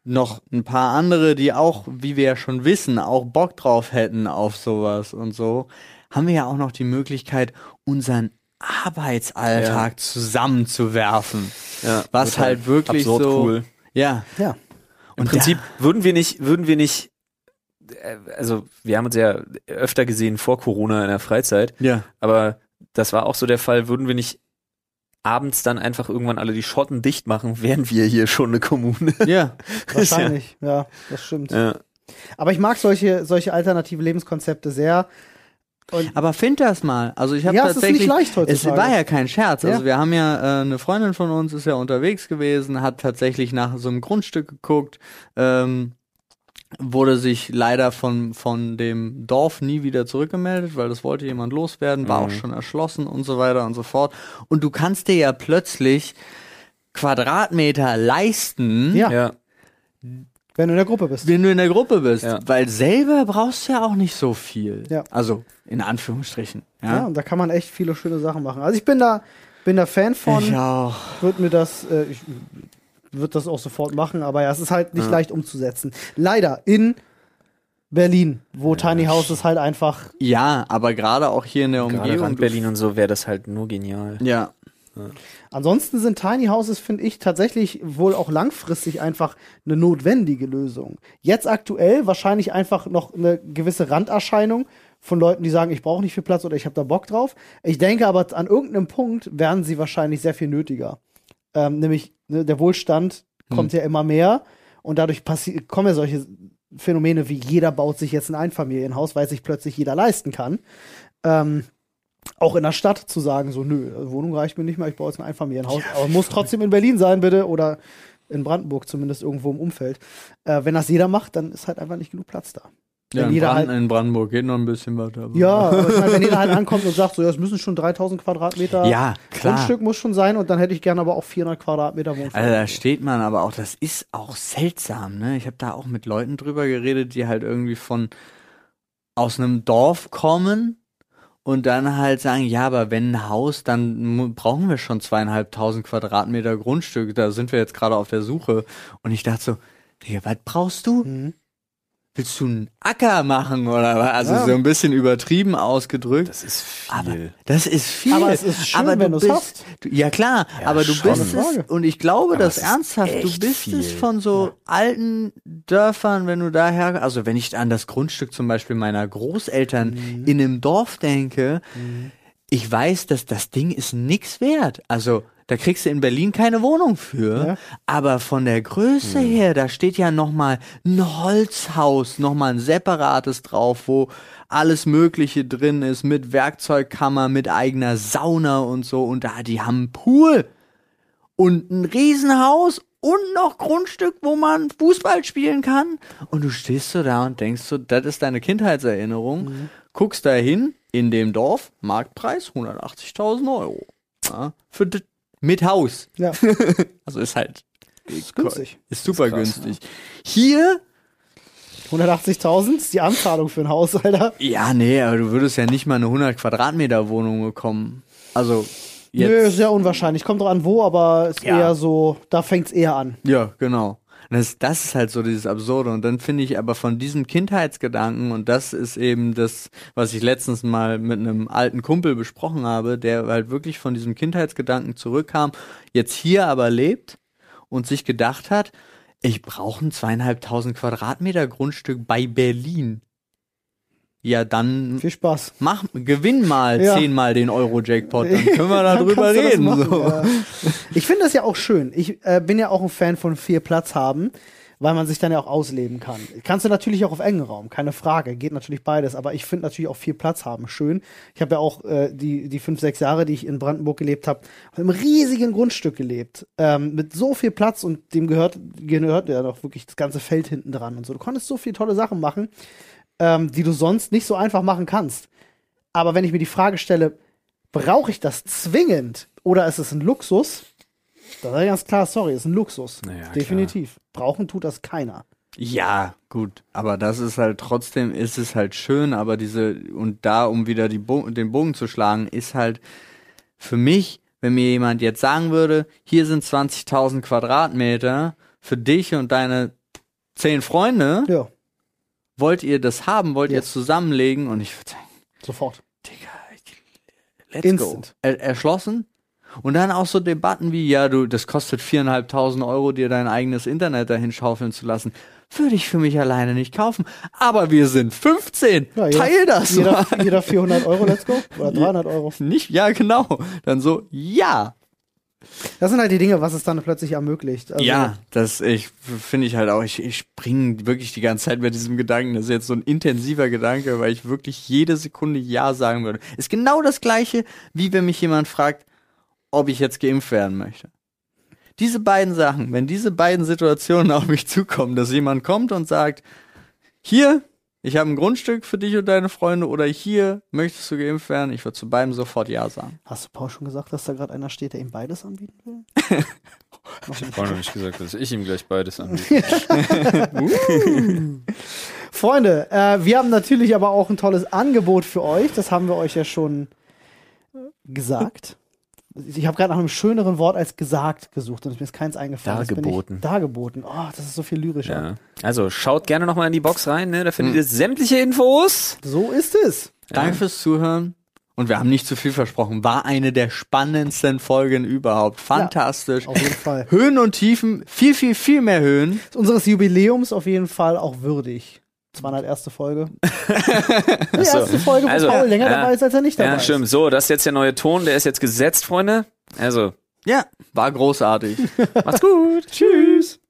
noch ein paar andere, die auch, wie wir ja schon wissen, auch Bock drauf hätten auf sowas und so, haben wir ja auch noch die Möglichkeit, unseren Arbeitsalltag zusammenzuwerfen.
Ja,
was
wird halt
halt wirklich
absurd
so
cool.
Ja.
Ja.
Im Prinzip würden wir nicht, würden wir nicht, äh, also wir haben uns ja öfter gesehen vor Corona in der Freizeit,
Ja.
aber das war auch so der Fall, würden wir nicht abends dann einfach irgendwann alle die Schotten dicht machen, wären wir hier schon eine Kommune.
Ja.
Wahrscheinlich, ja. das stimmt.
Ja.
Aber ich mag solche, solche alternative Lebenskonzepte sehr.
Aber find das mal. Also ich habe
Ja, es ist nicht
tatsächlich.
leicht
es
heutzutage.
war ja kein Scherz. Also
Ja.
wir haben ja äh, eine Freundin von uns ist ja unterwegs gewesen, hat tatsächlich nach so einem Grundstück geguckt, ähm, wurde sich leider von von dem Dorf nie wieder zurückgemeldet, weil das wollte jemand loswerden, war auch
Mhm.
schon erschlossen und so weiter und so fort. Und du kannst dir ja plötzlich Quadratmeter leisten,
Ja,
ja.
wenn du in der Gruppe bist.
wenn du in der Gruppe bist,
Ja.
weil selber brauchst du ja auch nicht so viel.
Ja.
Also in Anführungsstrichen.
Ja. und da kann man echt viele schöne Sachen machen. Also ich bin da, bin da Fan von.
ich auch.
Wird mir das, äh, ich würde das auch sofort machen, aber ja, es ist halt nicht leicht umzusetzen. Leider in Berlin, wo Tiny House ist halt einfach.
Ja, aber gerade auch hier in der
Gerade
Umgebung.
Rand Berlin und so wäre das halt nur genial.
du- Ja.
Ansonsten sind Tiny Houses, finde ich, tatsächlich wohl auch langfristig einfach eine notwendige Lösung. Jetzt aktuell wahrscheinlich einfach noch eine gewisse Randerscheinung von Leuten, die sagen, ich brauche nicht viel Platz oder ich habe da Bock drauf. Ich denke aber, an irgendeinem Punkt werden sie wahrscheinlich sehr viel nötiger. Ähm, nämlich ne, der Wohlstand kommt ja immer mehr und dadurch passi- kommen ja solche Phänomene wie jeder baut sich jetzt ein Einfamilienhaus, weil sich plötzlich jeder leisten kann. Ähm, auch in der Stadt zu sagen, so, nö, also Wohnung reicht mir nicht mehr, ich baue jetzt ein Einfamilienhaus, aber muss trotzdem in Berlin sein, bitte, oder in Brandenburg zumindest irgendwo im Umfeld. Äh, wenn das jeder macht, dann ist halt einfach nicht genug Platz da.
ja
Wenn
in,
jeder
Brand,
halt-
in Brandenburg geht noch ein bisschen weiter. aber-
Ja, aber ich meine, wenn jeder halt ankommt und sagt, so, ja, es müssen schon 3000 Quadratmeter
Ja, klar.
Grundstück muss schon sein und dann hätte ich gerne aber auch 400 Quadratmeter Wohnfläche.
Also da steht man aber auch, das ist auch seltsam, ne? Ich habe da auch mit Leuten drüber geredet, die halt irgendwie von aus einem Dorf kommen und dann halt sagen, ja, aber wenn ein Haus, dann mu- brauchen wir schon zweieinhalbtausend Quadratmeter Grundstück, da sind wir jetzt gerade auf der Suche. Und ich dachte so, Digga, was brauchst du?
Mhm.
Willst du einen Acker machen oder was? Also
Ja.
so ein bisschen übertrieben ausgedrückt.
Das ist viel.
Aber das ist viel.
Aber es ist schön,
Aber
wenn
du
du's
bist-
hast.
Du, ja klar, aber du
schon.
bist es
Frage.
und ich glaube
Aber
das
es ist
ernsthaft, du
echt
bist es
viel.
von so alten Dörfern, wenn du daher, also wenn ich an das Grundstück zum Beispiel meiner Großeltern
Mhm.
in einem Dorf denke, ich weiß, dass das Ding ist nix wert. Also da kriegst du in Berlin keine Wohnung für,
Ja.
aber von der Größe
Mhm.
her, da steht ja noch mal ein Holzhaus, noch mal ein separates drauf, wo alles Mögliche drin ist, mit Werkzeugkammer, mit eigener Sauna und so. Und da, die haben einen Pool und ein Riesenhaus und noch Grundstück, wo man Fußball spielen kann. Und du stehst so da und denkst so, das ist deine Kindheitserinnerung.
Mhm.
Guckst da hin, in dem Dorf, Marktpreis 180.000 Euro. Ja, für d- mit Haus.
Ja,
Also ist halt
ist ne? günstig.
ist super günstig. Hier,
180.000 ist die Anzahlung für ein Haus, Alter.
ja, nee, aber du würdest ja nicht mal eine 100 Quadratmeter Wohnung bekommen. Also jetzt.
Nö, sehr unwahrscheinlich. Kommt doch an wo, aber ist
Ja.
eher so, da fängt's eher an.
Ja, genau. Und Das, das ist halt so dieses Absurde. Und dann finde ich aber von diesem Kindheitsgedanken, und das ist eben das, was ich letztens mal mit einem alten Kumpel besprochen habe, der halt wirklich von diesem Kindheitsgedanken zurückkam, jetzt hier aber lebt und sich gedacht hat, ich brauche ein zweieinhalbtausend Quadratmeter Grundstück bei Berlin. Ja, dann
Viel Spaß.
mach, gewinn mal
Ja.
zehnmal den Euro-Jackpot, dann können wir
Dann
darüber
kannst du das
reden.
machen,
so.
ja. Ich finde das ja auch schön. Ich äh, bin ja auch ein Fan von viel Platz haben, weil man sich dann ja auch ausleben kann. Kannst du natürlich auch auf engen Raum, keine Frage. Geht natürlich beides. Aber ich finde natürlich auch viel Platz haben schön. Ich habe ja auch äh, die, die fünf, sechs Jahre, die ich in Brandenburg gelebt habe, auf einem riesigen Grundstück gelebt. Ähm, mit so viel Platz und dem gehört, gehört ja noch wirklich das ganze Feld hinten dran und so. Du konntest so viele tolle Sachen machen, ähm, die du sonst nicht so einfach machen kannst. Aber wenn ich mir die Frage stelle, brauche ich das zwingend oder ist es ein Luxus? Da sage ich ganz klar, sorry, ist ein Luxus.
Naja, klar.
Definitiv. Brauchen tut das keiner.
Ja, gut. Aber das ist halt trotzdem, ist es halt schön, aber diese, und da, um wieder die Bo den Bogen zu schlagen, ist halt für mich, wenn mir jemand jetzt sagen würde, hier sind 20.000 Quadratmeter für dich und deine zehn Freunde,
Ja,
wollt ihr das haben, wollt ihr
Ja.
es zusammenlegen? Und ich würde sagen,
sofort.
Digga, ich-
Let's
Instant.
er erschlossen. Und dann auch so Debatten wie, ja, du, das kostet viereinhalbtausend Euro, dir dein eigenes Internet dahin schaufeln zu lassen. Würde ich für mich alleine nicht kaufen. Aber wir sind 15.
Ja, jeder-
Teil das
Jeder,
mal.
jeder 400 Euro, let's go. Oder 300 Euro.
Nicht, ja, genau. Dann so, ja.
Das sind halt die Dinge, was es dann plötzlich ermöglicht. Also,
ja, das ich, finde ich halt auch, ich, ich springe wirklich die ganze Zeit bei diesem Gedanken. Das ist jetzt so ein intensiver Gedanke, weil ich wirklich jede Sekunde Ja sagen würde. Ist genau das gleiche, wie wenn mich jemand fragt, ob ich jetzt geimpft werden möchte. Diese beiden Sachen, wenn diese beiden Situationen auf mich zukommen, dass jemand kommt und sagt, hier, ich habe ein Grundstück für dich und deine Freunde oder hier möchtest du geimpft werden, ich würde zu beidem sofort Ja sagen.
Hast du Paul schon gesagt, dass da gerade einer steht, der ihm beides anbieten will?
Ich habe vorhin noch nicht gesagt, dass ich ihm gleich beides anbiete.
Freunde, äh, wir haben natürlich aber auch ein tolles Angebot für euch. Das haben wir euch ja schon äh, gesagt. Ich habe gerade nach einem schöneren Wort als gesagt gesucht und mir ist keins eingefallen. Jetzt bin ich-
Dargeboten.
Dargeboten. Oh, das ist so viel lyrischer.
Ja. Also schaut gerne nochmal in die Box rein, ne? da findet ihr sämtliche Infos.
So ist es.
Danke fürs Zuhören. Und wir haben nicht zu viel versprochen. War eine der spannendsten Folgen überhaupt. Fantastisch.
Auf jeden Fall.
Höhen und Tiefen, viel, viel, viel mehr Höhen.
Ist unseres Jubiläums auf jeden Fall auch würdig. 201. Folge. Die erste Folge, wo
Also,
Paul länger
ja.
dabei ist, als er nicht dabei
Ja, stimmt. So, das ist jetzt der neue Ton, der ist jetzt gesetzt, Freunde. Also,
Ja, war großartig.
macht's gut. Tschüss.